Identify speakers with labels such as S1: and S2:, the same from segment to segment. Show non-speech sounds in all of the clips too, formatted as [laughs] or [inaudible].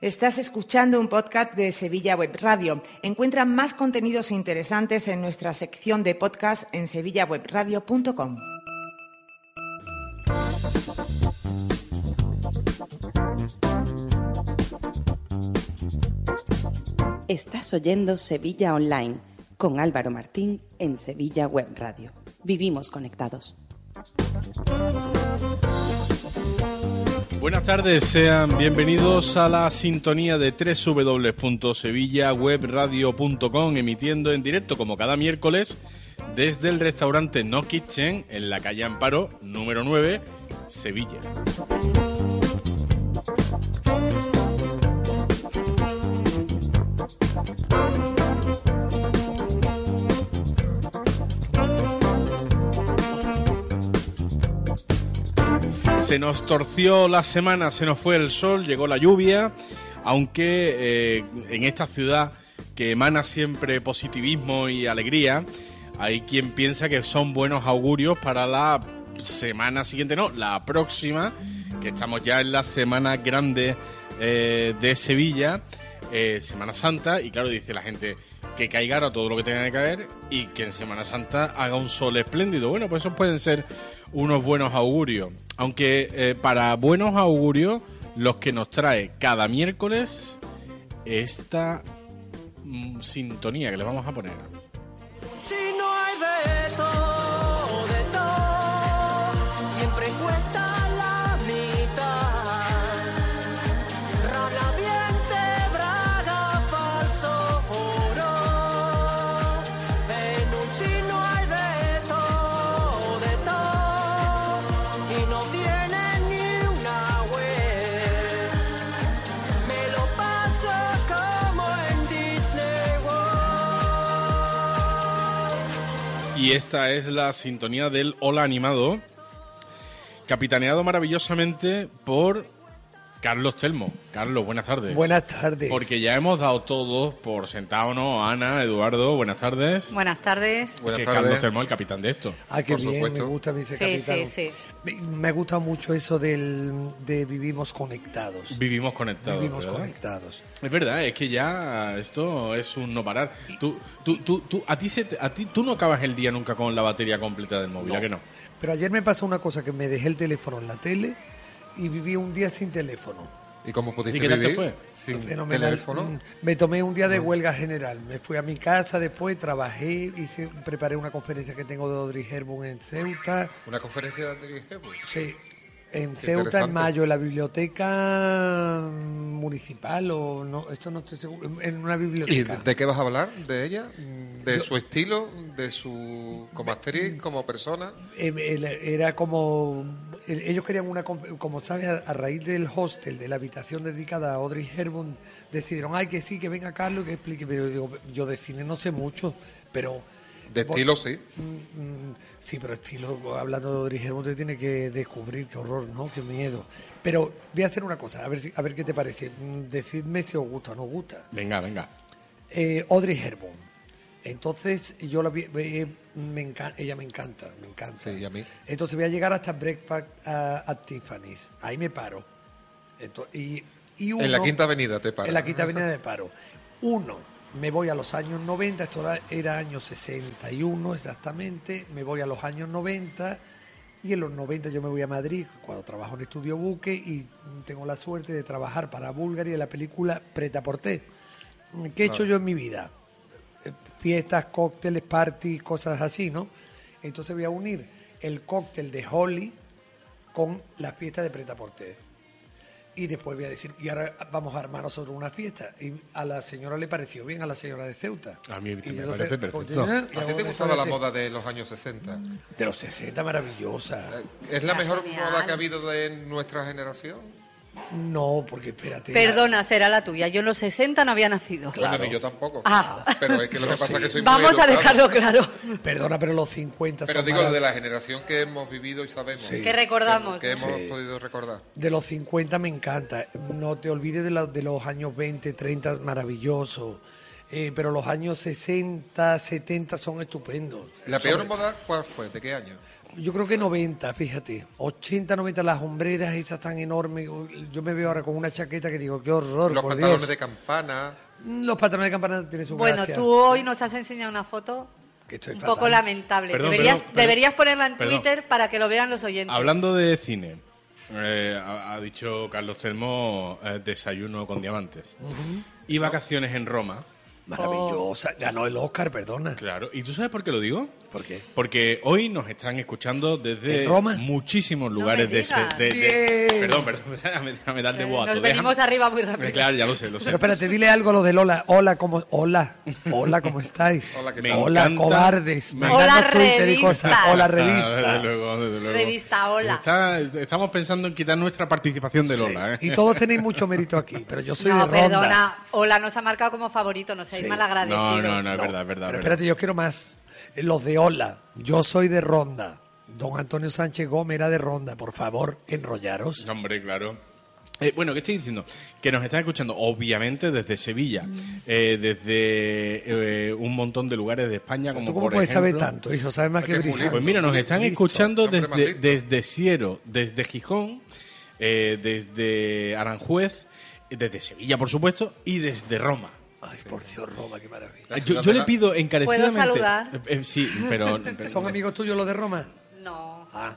S1: Estás escuchando un podcast de Sevilla Web Radio. Encuentra más contenidos interesantes en nuestra sección de podcast en sevillawebradio.com.
S2: Estás oyendo Sevilla Online con Álvaro Martín en Sevilla Web Radio. Vivimos conectados.
S3: Buenas tardes, sean bienvenidos a la sintonía de www.sevillawebradio.com emitiendo en directo como cada miércoles desde el restaurante No Kitchen en la calle Amparo número 9, Sevilla. Se nos torció la semana, se nos fue el sol, llegó la lluvia, aunque eh, en esta ciudad que emana siempre positivismo y alegría, hay quien piensa que son buenos augurios para la semana siguiente, no, la próxima, que estamos ya en la semana grande eh, de Sevilla, eh, Semana Santa, y claro, dice la gente que caiga ahora todo lo que tenga que caer y que en Semana Santa haga un sol espléndido. Bueno, pues esos pueden ser unos buenos augurios. Aunque eh, para buenos augurios, los que nos trae cada miércoles esta mm, sintonía que les vamos a poner.
S4: Si no hay de todo, de todo, siempre cuesta la mitad. Rana diente, braga, falso oro. En un chino hay de todo, de todo, y no tiene ni una web. Me lo paso como en Disney World.
S3: Y esta es la sintonía del Hola Animado, capitaneado maravillosamente por Carlos Telmo. Carlos, buenas tardes.
S5: Buenas tardes.
S3: Porque ya hemos dado todos por sentado, ¿no? Ana, Eduardo, buenas tardes.
S6: Buenas tardes.
S3: Porque
S7: Buenas tardes.
S3: Carlos Telmo es el capitán de esto.
S5: Ah, qué
S7: por
S5: bien,
S7: supuesto.
S5: me gusta mi ser
S6: Sí,
S5: capitán.
S6: sí, sí.
S5: Me, me gusta mucho eso del, de vivimos conectados.
S3: Vivimos conectados.
S5: vivimos
S3: ¿verdad?
S5: conectados.
S3: Es verdad, es que ya esto es un no parar. Tú, tú, tú, tú- a ti se te- a ti, tú no acabas el día nunca con la batería completa del móvil, ¿a que no?
S5: Pero ayer me pasó una cosa que me dejé el teléfono en la tele y viví un día sin teléfono.
S7: ¿Y cómo pudiste
S3: ¿Y qué tal te
S7: vivir
S3: fue?
S7: sin
S5: Fenomenal.
S7: teléfono?
S5: Mm, Me tomé un día de huelga general. Me fui a mi casa después, trabajé, hice, preparé una conferencia que tengo de Audrey Herbun en Ceuta.
S7: Una conferencia de Andrés Ejemplo.
S5: Sí, en
S7: Qué
S5: Ceuta en
S7: interesante.
S5: mayo, en la biblioteca municipal o no, esto no estoy seguro, en una
S7: ¿Y
S5: biblioteca.
S7: de de qué vas a hablar? ¿De ella? ¿De su estilo? ¿De su como
S5: mm.
S7: actriz? ¿Como persona?
S5: Em, el- Era como. el- Ellos querían una. con- Como sabes, a- a raíz del hostel, de la habitación dedicada a Audrey Hepburn, decidieron, ay, que sí, que venga Carlos y que explique. Pero yo digo, yo de cine no sé mucho, pero.
S7: De
S5: voy-
S7: estilo, sí.
S5: Mm, mm, Sí, pero estilo, hablando de Audrey Hepburn, te tiene que descubrir, qué horror, ¿no? Qué miedo. Pero voy a hacer una cosa, a ver, si- a ver qué te parece. Mm, Decidme si os gusta o no os gusta
S3: Venga, venga.
S5: eh, Audrey Hepburn. Entonces yo la vi- eh, me encan- ella me encanta, me encanta.
S7: Sí, y a mí.
S5: Entonces voy a llegar hasta Breakfast a, a Tiffany's. Ahí me paro. Ento- y, y uno-
S7: En la Quinta Avenida te paras.
S5: En la quinta avenida me paro. Uno, me voy a los años 90, esto era, era año 61 exactamente, me voy a los años 90 y en los 90 yo me voy a Madrid cuando trabajo en Estudio Buque y tengo la suerte de trabajar para Bulgari en la película Preta Porté. ¿Qué he hecho yo en mi vida? Eh, Fiestas, cócteles, parties, cosas así, ¿no? Entonces voy a unir el cóctel de Holly con la fiesta de Preta Porté. Y después voy a decir, y ahora vamos a armar nosotros una fiesta. Y a la señora le pareció bien, a la señora de Ceuta.
S3: A mí me
S5: Y pues,
S3: parece perfecto.
S5: ¿A
S7: ¿Eh? ¿A ti te gustaba la moda de los años 60?
S5: De los 60, maravillosa.
S7: Eh, ¿Es la
S6: Era
S7: mejor
S6: genial.
S7: moda que ha habido de nuestra generación?
S5: No, porque espérate.
S6: Perdona, será la tuya. Yo en los 60 no había nacido.
S7: Bueno, ni yo tampoco.
S6: Ah.
S7: Pero es que lo que
S5: Yo [laughs]
S7: pasa
S5: sí.
S7: es que soy muy
S6: Vamos a
S7: educado.
S6: dejarlo claro.
S5: Perdona, pero los 50
S7: Pero
S5: son
S7: digo, de
S5: marav-
S7: la generación que hemos vivido y sabemos.
S5: Sí.
S6: Que recordamos.
S7: Que hemos
S5: Sí.
S7: podido recordar.
S5: De los 50 me encanta. No te olvides de, la- de los años 20, 30, maravilloso. Eh, pero los años 60, 70 son estupendos.
S7: ¿La
S5: Sobre-
S7: peor moda cuál fue? ¿De qué año?
S5: Yo creo que 90, fíjate. 80, 90, las hombreras esas tan enormes. Yo me veo ahora con una chaqueta que digo, qué horror,
S7: Los
S5: por
S7: pantalones
S5: Dios.
S7: de campana.
S5: Los pantalones de campana tienen su
S6: Bueno,
S5: gracia.
S6: tú hoy nos has enseñado una foto
S5: Que estoy
S6: un
S5: fatal.
S6: poco lamentable.
S3: Perdón,
S6: deberías,
S3: perdón, perdón.
S6: deberías ponerla en
S3: Perdón.
S6: Twitter para que lo vean los oyentes.
S3: Hablando de cine, eh, ha, ha dicho Carlos Telmo eh, desayuno con diamantes. Y vacaciones en Roma.
S5: Maravillosa. Ganó el Oscar, perdona.
S3: Claro. ¿Y tú sabes por qué lo digo?
S5: ¿Por qué?
S3: Porque hoy nos están escuchando desde
S5: ¿En Roma?
S3: muchísimos
S6: me
S3: lugares de, ese-
S6: digas.
S3: de- de-
S5: Bien.
S3: Perdón, [laughs] perdón, déjame, déjame darle
S6: Eh,
S3: boato.
S6: nos
S3: déjame-
S6: venimos arriba muy rápido.
S3: Eh, Claro, ya lo sé, lo sé.
S5: Pero espérate, dile algo a los de Lola. Hola, ¿cómo, hola, hola,
S3: [laughs]
S5: ¿cómo estáis?
S7: Hola, ¿qué
S3: Me
S7: tal?
S5: Hola,
S3: encanta-
S5: cobardes.
S3: me-
S5: Mandadnos
S6: Hola,
S5: Twitter y cosas.
S6: revista.
S5: Hola,
S3: Ah,
S5: revista.
S3: desde luego, desde luego.
S6: Revista Hola.
S3: Está- estamos pensando en quitar nuestra participación de
S5: Sí.
S3: Lola. ¿eh?
S5: Y todos tenéis mucho mérito aquí, pero yo soy de
S6: no,
S5: Ronda.
S6: perdona. Hola, nos ha marcado como favorito, nos seáis
S5: Sí.
S6: mal
S3: No,
S6: agradecidos.
S3: no, no, es verdad, es verdad.
S5: Pero
S3: es verdad.
S5: espérate, yo quiero más. Eh, Los de Ola, yo soy de Ronda. Don Antonio Sánchez Gómez era de Ronda, por favor, enrollaros.
S3: No, [laughs] Hombre, claro. Eh, bueno, ¿qué estoy diciendo? Que nos están escuchando, obviamente, desde Sevilla,
S6: Mm.
S3: eh, desde eh, un montón de lugares de España, como
S5: ¿Tú cómo
S3: por
S5: puedes saber
S3: ejemplo-
S5: tanto, hijo? ¿Sabes más
S7: Es
S5: que
S7: que es
S5: Brija?
S7: muy
S3: Pues mira, nos están
S7: Listo,
S3: escuchando
S7: hombre, más
S3: desde,
S7: listo.
S3: desde Siero, desde Gijón, eh, desde Aranjuez, eh, desde Sevilla, por supuesto, y desde Roma. Eh,
S5: Ay, por Dios, Roma, qué maravilla.
S7: La
S3: Yo,
S7: ciudad
S3: yo
S7: de
S3: le
S7: la-
S3: pido encarecidamente...
S6: saludar?
S3: Eh, eh, sí,
S6: [laughs]
S3: pero...
S5: ¿Son amigos tuyos los de Roma?
S6: No,
S5: Ah,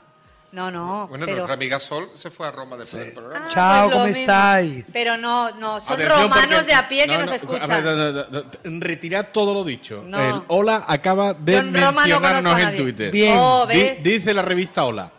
S6: no, no.
S7: Bueno,
S6: pero...
S7: nuestra amiga Sol se fue a Roma después del
S6: Ah,
S7: programa.
S6: pues
S5: Chao,
S6: lo
S5: ¿cómo
S6: mismo.
S5: estáis?
S6: Pero no, no, son
S3: Atención,
S6: romanos
S3: porque-
S6: de a pie que
S3: No,
S6: nos
S3: no,
S6: escuchan.
S3: a ver, no, no, no, retirad todo lo dicho.
S6: No.
S3: El Hola acaba de
S6: Yo en Roma no
S3: mencionarnos
S6: conozco a
S3: en
S6: nadie.
S3: Twitter.
S5: Bien.
S6: Oh,
S3: Di-
S6: ¿ves?
S3: dice la revista Hola.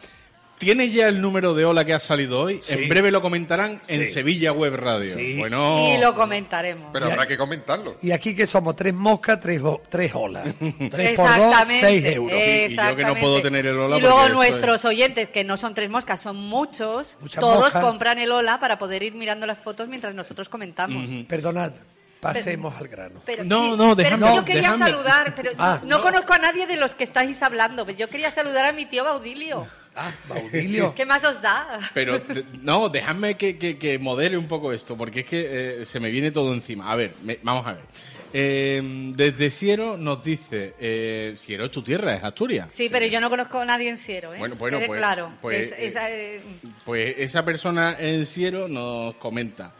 S3: ¿Tienes ya el número de Hola que ha salido hoy?
S5: Sí.
S3: En breve lo comentarán en
S5: Sí.
S3: Sevilla Web Radio.
S5: Sí.
S3: Bueno,
S6: Y lo comentaremos.
S7: Pero habrá que comentarlo.
S5: Y aquí que somos tres moscas, tres, bo- tres
S6: [laughs]
S5: olas. Tres por dos,
S6: Exactamente. Eh,
S5: seis euros.
S3: Y- y yo que no puedo
S6: exactamente.
S3: tener el Ola
S6: Y luego
S3: porque estoy-
S6: nuestros oyentes, que no son tres moscas, son muchos,
S5: Muchas
S6: todos
S5: moscas.
S6: compran el Ola para poder ir mirando las fotos mientras nosotros comentamos.
S5: Perdonad, pasemos al grano.
S6: Pero,
S3: No,
S6: sí,
S3: no,
S6: pero
S3: déjame,
S6: yo quería
S3: déjame.
S6: saludar, pero
S5: Ah.
S6: no, conozco a nadie de los que estáis hablando. pero Yo quería saludar a mi tío Baudilio.
S5: Ah, Baudilio.
S6: [laughs] ¿Qué más os da?
S3: pero de- no, dejadme que, que- que modere un poco esto, porque es que eh, se me viene todo encima. A ver, me- vamos a ver. Eh, desde Siero nos dice, eh, Siero es tu tierra, es Asturias.
S6: Sí, pero yo no conozco a nadie en Siero, ¿eh?
S3: Bueno, bueno,
S6: Quede
S3: pues-
S6: claro. que
S3: pues,
S6: es-
S3: eh,
S6: esa, eh,
S3: Pues esa persona en Ciero nos comenta.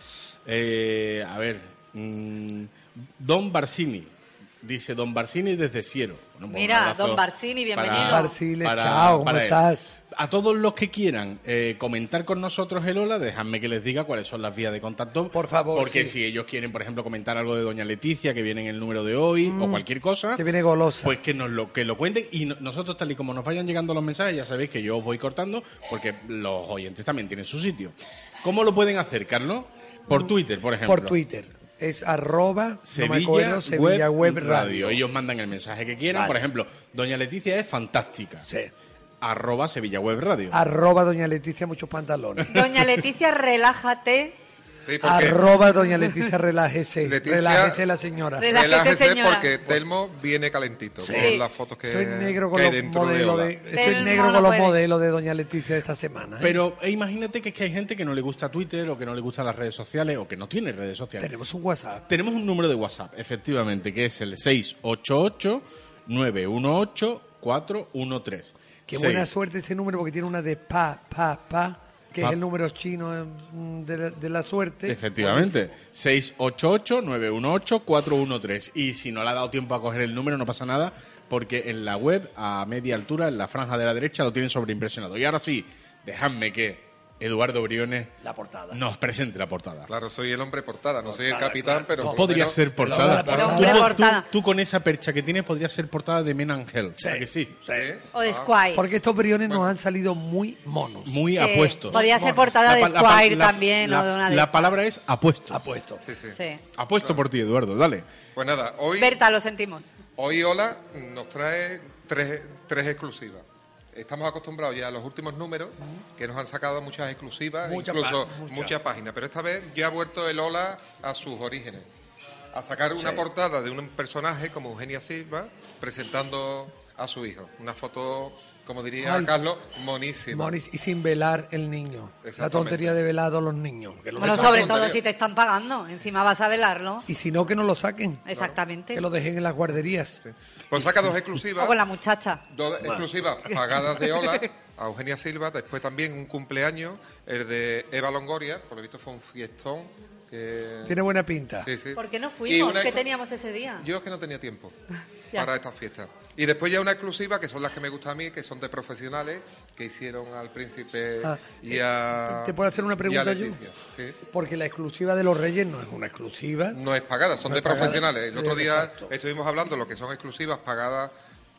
S3: eh, a ver, mm, Don Barcini. Dice Don Barcini desde Ciero. Bueno, pues un
S6: Mira,
S3: abrazo
S6: don Barcini, bienvenido.
S5: Barcini, chao, ¿cómo
S3: él.
S5: estás?
S3: A todos los que quieran eh, comentar con nosotros el hola, dejadme que les diga cuáles son las vías de contacto.
S5: Por favor,
S3: Porque
S5: sí.
S3: si ellos quieren, por ejemplo, comentar algo de Doña Leticia, que viene en el número de hoy, o cualquier cosa,
S5: Mm, Que viene golosa.
S3: pues que nos lo, que lo cuenten y no- nosotros tal y como nos vayan llegando los mensajes, ya sabéis que yo os voy cortando porque los oyentes también tienen su sitio. ¿Cómo lo pueden hacer, Carlos? Por Twitter, por ejemplo.
S5: Mm, por Twitter. Es arroba,
S3: Sevilla,
S5: no me acuerdo, Sevilla Web, Radio.
S3: Ellos mandan el mensaje que quieran.
S5: Vale.
S3: Por ejemplo, Doña Leticia es fantástica.
S5: Sí. Ah,
S3: Arroba Sevilla Web Radio.
S5: Arroba Doña Leticia Muchos
S6: [laughs]
S5: Pantalones.
S6: Doña Leticia, relájate.
S7: Sí, porque
S5: Arroba Doña Leticia Relájese.
S7: Leticia-
S5: Relájese la señora.
S6: Re- Relájese,
S7: relájese
S6: señora.
S7: porque Telmo viene calentito
S5: Sí.
S7: con las fotos que,
S5: Estoy negro con
S7: que hay
S5: los
S7: dentro de
S5: modelos
S7: Ola.
S5: de, estoy
S6: Del
S5: negro
S6: mono
S5: con los
S6: puede.
S5: modelos de Doña Leticia de esta semana. ¿eh?
S3: Pero eh, imagínate que es que hay gente que no le gusta Twitter o que no le gustan las redes sociales o que no tiene redes sociales.
S5: tenemos un WhatsApp.
S3: Tenemos un número de WhatsApp, efectivamente, que es el 688-918-413.
S5: Qué
S3: Seis.
S5: buena suerte ese número porque tiene una de pa, pa, pa, que
S3: Pa.
S5: es el número chino eh, mm, de la, de la suerte.
S3: Efectivamente, 688-918-413. Y si no le ha dado tiempo a coger el número, no pasa nada, porque en la web, a media altura, en la franja de la derecha, lo tienen sobreimpresionado. Y ahora sí, dejadme que Eduardo Briones
S5: La portada.
S3: nos presente la portada.
S7: Claro, soy el hombre portada, no soy el
S5: Portada,
S7: capitán,
S5: claro.
S7: pero... por lo
S3: Podría
S7: menos-
S3: ser portada.
S5: Pero
S3: Tú-
S6: hombre,
S3: tú-
S6: portada.
S3: Tú, con esa percha que tienes podrías ser portada de Men and Health, ¿a que sí?
S7: ¿Eh?
S6: O
S3: Ah.
S6: de Squire.
S5: Porque estos briones nos han salido muy monos.
S3: Muy
S6: Sí,
S3: apuestos.
S6: Podría ser
S5: Monos.
S6: portada de
S3: pa- pa-
S6: Squire
S3: la-
S6: también
S3: la-
S6: o de una de
S3: la
S6: estas.
S3: palabra es apuesto.
S5: Apuesto.
S7: Sí, sí.
S6: Sí.
S3: apuesto por ti, Eduardo, dale.
S7: Pues nada, hoy,
S6: Berta, lo sentimos.
S7: hoy Ola nos trae tres, tres exclusivas. Estamos acostumbrados ya a los últimos números que nos han sacado muchas exclusivas,
S5: Mucha
S7: incluso
S5: pa- mucha.
S7: muchas páginas, pero esta vez ya ha vuelto el Ola a sus orígenes. A sacar una portada de un personaje como Eugenia Silva presentando a su hijo. Una foto, como diría
S5: Ay.
S7: Carlos, monísima.
S5: Monis, y sin velar el niño. La
S7: Exactamente.
S5: tontería de velado a los niños. que lo
S6: Bueno,
S7: Eso
S5: saquen.
S6: sobre
S7: es
S6: todo
S7: tontería.
S6: si te están pagando. Encima vas a velarlo.
S5: Y si no, que no lo saquen.
S6: Exactamente.
S5: Que lo dejen en las guarderías.
S7: Sí. Pues saca dos
S6: O
S7: exclusivas.
S6: con la muchacha.
S7: Dos exclusivas pagadas de Ola a Eugenia Silva, después también un cumpleaños, el de Eva Longoria, por lo visto fue un fiestón. que-
S5: Tiene buena pinta.
S7: Sí, sí.
S6: ¿Por qué no
S7: Y
S6: fuimos?
S7: una
S6: ¿Qué
S7: exclu-
S6: teníamos ese día?
S7: Yo es que no tenía tiempo
S6: [laughs] Ya.
S7: para estas fiestas. Y después ya una exclusiva, que son las que me gusta a mí, que son de profesionales, que hicieron al príncipe
S5: Ah,
S7: y a...
S5: ¿Te puedo hacer una
S7: y a
S5: pregunta yo?
S7: Leticia, sí.
S5: Porque la exclusiva de los Reyes no es una exclusiva.
S7: No es pagada, son
S5: No
S7: de
S5: es pagada.
S7: profesionales. El otro
S5: Eh,
S7: día
S5: exacto.
S7: estuvimos hablando de lo que son exclusivas pagadas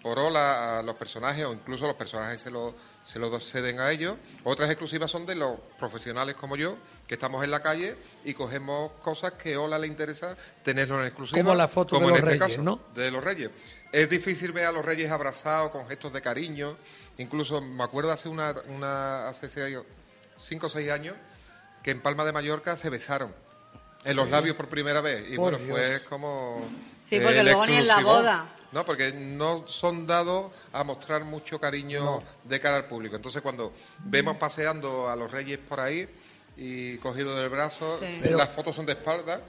S7: por ola a los personajes o incluso los personajes se lo, se lo ceden a ellos. Otras exclusivas son de los profesionales como yo, que estamos en la calle y cogemos cosas que ola le interesa tenerlo en exclusiva.
S5: Como la foto de
S7: en este
S5: los Reyes, ¿no?
S7: De los reyes. Es difícil ver a los reyes abrazados con gestos de cariño. Incluso me acuerdo hace una, una hace seis- cinco o seis años que en Palma de Mallorca se besaron en los labios por primera vez. Y
S5: Por
S7: bueno,
S5: Dios.
S7: fue como.
S6: Sí, porque
S7: el
S6: luego ni en la
S7: exclusivo.
S6: boda.
S7: No, porque no son dados a mostrar mucho cariño de cara al público. Entonces, cuando vemos paseando a los reyes por ahí y cogido del brazo,
S6: Sí.
S5: Pero-
S7: las fotos son de espalda.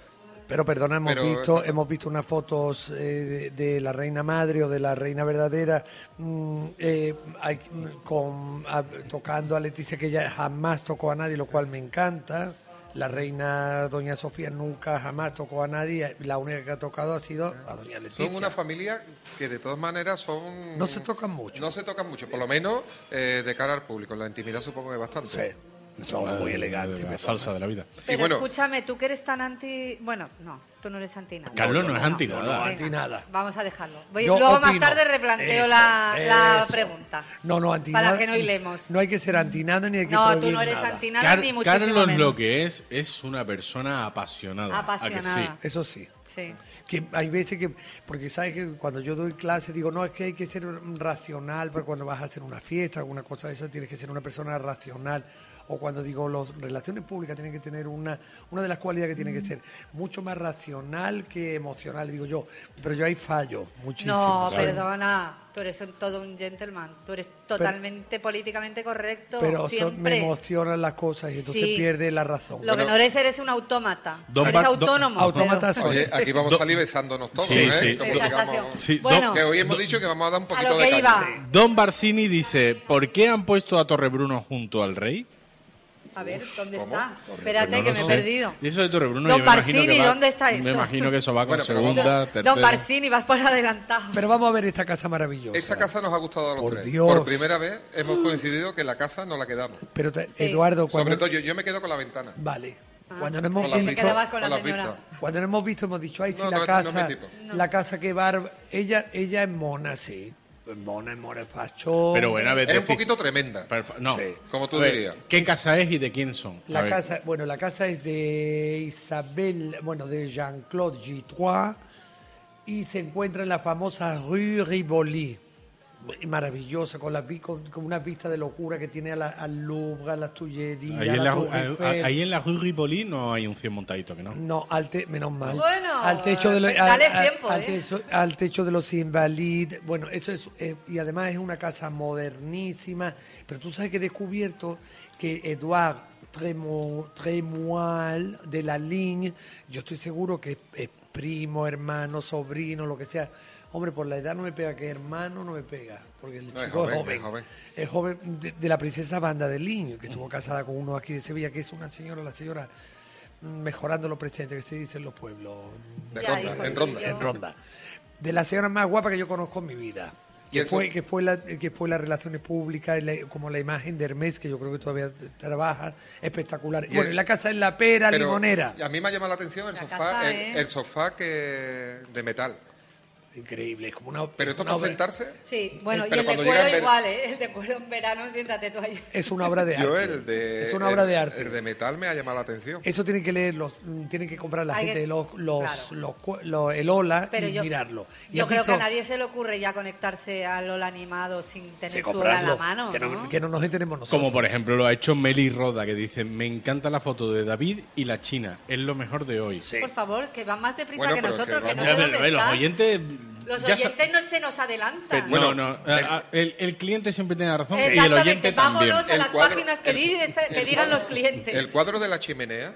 S5: Pero perdona, hemos
S7: Pero-
S5: visto, hemos visto unas fotos eh, de, de la reina madre o de la reina verdadera mm, eh, hay- con, a- tocando a Leticia, que ella jamás tocó a nadie, lo cual me encanta. La reina Doña Sofía nunca jamás tocó a nadie, la única que ha tocado ha sido a Doña Leticia.
S7: Son una familia que de todas maneras son...
S5: No se tocan mucho.
S7: No se tocan mucho, por lo menos eh, de cara al público. En la intimidad supongo que bastante.
S5: Sí, son muy elegantes.
S3: La salsa de la vida.
S6: Pero
S7: bueno-
S6: escúchame, tú que eres tan anti. Bueno, no, tú no eres anti nada.
S3: Carlos no es anti
S6: no,
S3: nada.
S6: venga,
S5: Anti nada.
S6: Vamos a dejarlo. Voy-
S5: Yo
S6: luego más
S5: opino.
S6: tarde replanteo
S5: Eso,
S6: la, la
S5: eso.
S6: pregunta.
S5: No, no, anti
S6: Para
S5: nada-
S6: que no hilemos.
S5: No hay que ser anti nada ni hay que
S6: No, tú
S5: prohibir
S6: no eres
S5: nada.
S6: anti nada
S3: Car-
S6: ni muchísimo
S3: Carlos
S6: menos.
S3: lo que es es una persona apasionada. ¿a que
S6: Apasionada.
S5: Eso sí.
S6: Sí.
S5: que hay veces que porque sabes que cuando yo doy clase digo no es que hay que ser racional pero cuando vas a hacer una fiesta alguna cosa de esa tienes que ser una persona racional o cuando digo las relaciones públicas tienen que tener una una de las cualidades que tiene
S6: Mm.
S5: que ser mucho más racional que emocional digo yo pero yo ahí fallo muchísimo
S6: No,
S5: ¿sabes?
S6: perdona. Tú eres un- todo un gentleman. Tú eres totalmente políticamente correcto.
S5: pero eso- me
S6: siempre.
S5: emocionan las cosas y entonces
S6: Sí.
S5: pierde la razón
S6: Lo que
S7: Bueno.
S6: no eres, eres un autómata.
S3: Don
S6: eres
S3: Bar- don-
S6: autónomo.
S5: Autómata
S6: pero-
S5: soy.
S7: Oye, aquí vamos
S3: Do-
S7: a salir besándonos todos,
S3: Sí,
S7: ¿eh?
S3: sí.
S7: Como
S6: Exacto.
S7: digamos-
S3: Sí,
S6: bueno,
S7: Que hoy hemos dicho que vamos a dar un
S6: a
S7: poquito
S6: lo
S7: de
S6: que iba.
S7: caña.
S3: Don Barcini dice, ¿por qué han puesto a Torrebruno junto al rey?
S6: A ver, ¿dónde
S7: ¿cómo?
S6: está? Espérate,
S3: Pues no
S6: que
S3: lo
S6: me he
S3: sé.
S6: perdido.
S3: Y eso de Torrebruno
S6: Don
S3: yo me imagino que
S6: Barcini,
S3: va-
S6: ¿dónde está eso?
S3: Me imagino que eso va con
S7: Bueno, pero
S3: segunda, tercera.
S6: Don Barcini, vas por adelantado.
S5: pero vamos a ver esta casa maravillosa
S7: Esta casa nos ha gustado a los
S5: Por
S7: tres.
S5: Dios.
S7: Por primera vez hemos coincidido que la casa no la quedamos.
S5: pero te-
S6: Sí. Ah.
S5: Eduardo
S7: Sobre
S5: cuando
S7: todo yo, yo me quedo con la ventana.
S5: vale cuando no hemos
S7: Con las
S6: Te
S5: visto
S6: quedabas con la
S7: las
S6: señora.
S7: vistas.
S5: Cuando lo hemos visto hemos dicho, ay, si
S7: No,
S5: la
S7: no, no es
S5: casa,
S7: mi tipo.
S5: la casa que barba. Ella, ella es mona, sí. Es mona, es mona, es fachón.
S3: Pero bueno, a ver,
S7: Es un
S3: decir-
S7: poquito tremenda.
S3: Perf- No,
S5: Sí,
S7: como tú
S3: A ver,
S7: dirías.
S3: ¿Qué casa es y de quién son? A
S5: La
S3: ver.
S5: casa, bueno, la casa es de Isabel, bueno, de Jean-Claude Gitois y se encuentra en la famosa Rue Rivoli. Maravillosa, con, la, vi- con, con una vista de locura que tiene a la- al Louvre, a las Tullerías.
S3: Ahí
S5: a
S3: en,
S5: la
S3: la,
S5: Torre Eiffel.
S7: eh,
S3: a- ahí en la Rue Ripoli no hay un cien montadito que no.
S5: No, al te- menos mal.
S6: Bueno,
S5: al techo de los,
S6: dale
S5: al- al-
S6: tiempo,
S5: al
S6: ¿eh?
S5: techo, al techo de los invalides. Bueno, eso es eh, y además es una casa modernísima. Pero tú sabes que he descubierto que Edouard Tremo- Tremoal de la Ligne, yo estoy seguro que es, es primo, hermano, sobrino, lo que sea. Hombre, por la edad no me pega que hermano no me pega, porque el
S7: No, es
S5: chico es
S7: joven,
S5: joven.
S7: es joven.
S5: Es joven de, de la princesa Banda de Ligne, que estuvo casada con uno aquí de Sevilla, que es una señora, la señora mejorando lo presente que se dice en los pueblos.
S7: De
S6: Ya, hijo,
S7: ronda, en
S6: sí,
S7: ronda.
S6: yo-
S5: En ronda. De la señora más guapa que yo conozco en mi vida.
S7: ¿Y
S5: Que
S7: eso?
S5: fue, que, fue la, que fue las relaciones públicas, y la- como la imagen de Hermes, que yo creo que todavía trabaja, espectacular.
S7: Y
S5: bueno,
S7: el-
S5: y la casa es la pera
S7: Pero
S5: limonera.
S7: A mí me ha llamado la atención el
S6: La
S7: sofá,
S6: casa
S7: el,
S6: es-
S7: el sofá que de metal.
S5: Increíble, es como una.
S7: Pero esto
S5: una
S7: para
S5: obra-
S7: sentarse,
S6: Sí, bueno,
S7: Pero
S6: y el de
S7: cuando llega
S6: cuero
S7: en ver-
S6: igual, ¿eh? El de cuero en verano, siéntate tú ahí.
S5: Es una obra de arte.
S7: [laughs] yo el de
S5: es una obra
S7: el-
S5: de arte.
S7: El de metal me ha llamado la atención.
S5: Eso tienen que leer, los, mm, tienen que comprar la
S6: Hay
S5: gente
S6: que-
S5: los, los,
S6: claro.
S5: los cu- los- el Ola
S6: Pero
S5: y
S6: yo,
S5: mirarlo. Y
S6: yo
S5: has
S6: creo que a
S5: visto-
S6: nadie se le ocurre ya conectarse al LOL animado sin tener
S5: Sí,
S6: su hora en
S5: comprarlo,
S6: la mano.
S5: que, no,
S6: ¿no?
S5: que no nos enteremos nosotros.
S3: Como por ejemplo lo ha hecho Meli Roda, que dice, me encanta la foto de David y la China, es lo mejor de hoy.
S5: Sí.
S6: Por favor, que van más deprisa
S7: Bueno,
S6: que
S7: pero que
S6: nosotros, que,
S7: van-
S6: no
S3: Mira,
S6: sé
S3: pero,
S6: dónde
S3: eh, los
S6: están.
S3: oyentes
S6: Los
S3: Ya sa-
S6: oyentes no se nos adelantan.
S3: Bueno,
S7: Bueno,
S3: no,
S5: eh,
S3: ah, ah, el, el cliente siempre tiene la razón y el oyente
S6: Exactamente,
S3: también.
S6: vámonos a
S7: El
S6: las
S7: cuadro-
S6: páginas que,
S7: el-
S6: di- este, que
S7: el
S6: digan
S7: cuadro-
S6: los clientes.
S7: El cuadro de la chimenea,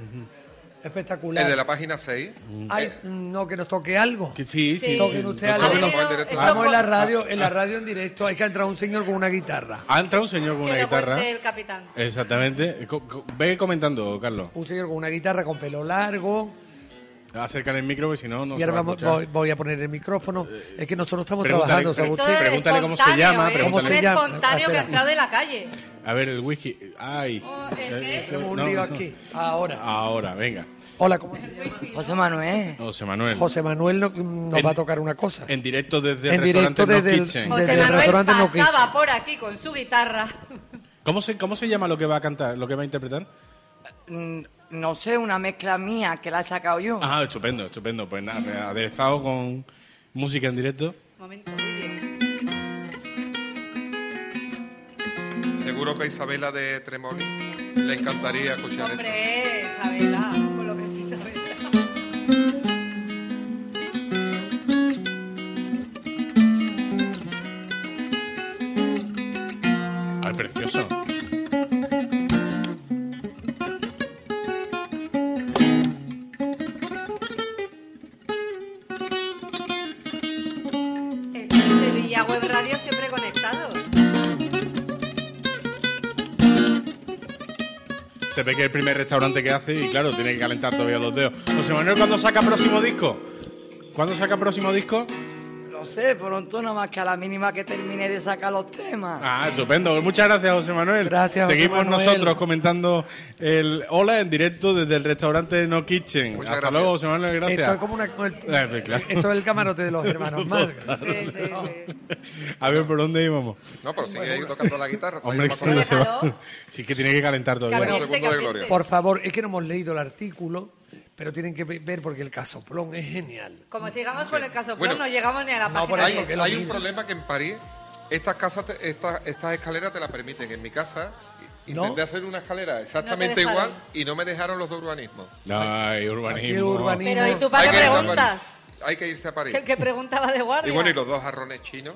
S5: Espectacular.
S7: el de la página 6.
S5: Ay, no, que nos toque algo.
S3: Que sí, sí.
S6: Sí.
S5: Toquen
S3: sí,
S5: ustedes
S3: no
S6: Ha
S5: algo.
S3: toquen los-
S6: venido-
S7: Vamos directo.
S6: esto-
S5: Estamos en la radio, en la radio en directo. Hay que entrar un señor con una guitarra.
S3: Ah, entra un señor con
S6: que
S3: una
S6: lo
S3: guitarra.
S6: cuente el capitán.
S3: Exactamente. Co- co- Ve comentando, Carlos.
S5: Un señor con una guitarra con pelo largo.
S3: Acércale el micro, que si no, no
S5: y
S3: se
S5: ahora
S3: va a
S5: vamos-
S3: escuchar. Eh,
S5: voy, voy a poner el micrófono. Es que nosotros estamos
S3: Pregúntale-
S5: trabajando, ¿sabe
S6: Esto
S3: Pregunta-
S5: usted?
S6: es
S3: pregúntale cómo se
S6: espontáneo,
S3: llama,
S6: ¿eh?
S3: pregúntale.
S6: Es
S5: ¿Cómo se llama?
S6: espontáneo que ha
S5: Espera.
S6: entrado de la calle.
S3: A ver, el whisky. Ay. Eh,
S6: Oh, ¿el qué?
S5: Hacemos un
S3: no,
S5: lío
S3: no. Ah.
S5: aquí. Ahora.
S3: Ahora, venga.
S5: Hola, ¿cómo se llama?
S8: José Manuel.
S3: José Manuel.
S5: José Manuel no- nos
S3: En-
S5: va a tocar una cosa.
S3: En directo desde el
S5: En directo
S3: restaurante
S5: desde
S3: No
S5: el-
S3: Kitchen.
S5: desde
S6: José
S5: el
S6: Manuel
S5: restaurante No
S6: pasaba
S5: Kitchen.
S6: por aquí con su guitarra.
S3: ¿Cómo, se, ¿Cómo se llama lo que va a cantar, lo que va a interpretar?
S8: Mm, No sé, una mezcla mía que la he sacado yo.
S3: Ah, estupendo, estupendo. Pues nada, aderezado con música en directo.
S6: Momento, William.
S7: eh, Seguro que a Isabela de Tremoli le encantaría escuchar esto.
S6: Hombre, Isabela, por lo que sí Isabela.
S3: Ay, Ah, precioso.
S6: Está en Sevilla Web Radio siempre conectado.
S3: Se ve que es el primer restaurante que hace y claro, tiene que calentar todavía los dedos. José Manuel, ¿cuándo saca próximo disco? ¿Cuándo saca próximo disco?
S8: No sé, pronto nada más que a la mínima que termine de sacar los temas.
S3: Ah, estupendo. Muchas gracias, José Manuel.
S5: Gracias, José
S3: Seguimos
S5: Manuel.
S3: nosotros comentando el hola en directo desde el restaurante No Kitchen.
S7: Muchas
S3: Hasta
S7: gracias.
S3: luego, José Manuel, gracias.
S5: Esto es como una- el-
S3: Eh, pues, claro.
S5: esto es el camarote de los
S3: [laughs]
S5: hermanos Marx.
S6: Sí, sí, sí.
S3: A ver, ¿por dónde íbamos?
S7: No, pero sigue ahí tocando la guitarra.
S3: Hombre,
S7: seguimos
S3: que
S7: con
S3: no
S7: la-
S3: se va.
S6: Déjalo.
S3: Sí, que tiene que calentar todavía.
S7: Bueno,
S6: Caliente,
S7: segundo de
S6: caliente.
S7: gloria.
S5: Por favor, es que no hemos leído el artículo, pero tienen que ve- ver porque el casoplón es genial.
S6: Como sigamos con el caso
S7: Bueno.
S6: no llegamos ni a la
S5: No, por
S6: página.
S5: eso,
S7: Hay,
S6: web.
S5: que lo
S7: hay un
S5: mismo.
S7: problema que en París estas casas, te- estas, estas escaleras te la permiten. En mi casa
S5: ¿No?
S7: intenté hacer una escalera exactamente
S6: No te
S7: igual
S6: dejaron.
S7: y no me dejaron los de urbanismo.
S3: Ay, urbanismo.
S5: Quiero urbanismo.
S6: Pero ¿y tú para qué
S7: irse a París.
S6: preguntas?
S7: Hay que irse a París.
S6: Que El que preguntaba de
S7: Y
S6: guardia.
S7: bueno, y los dos jarrones chinos.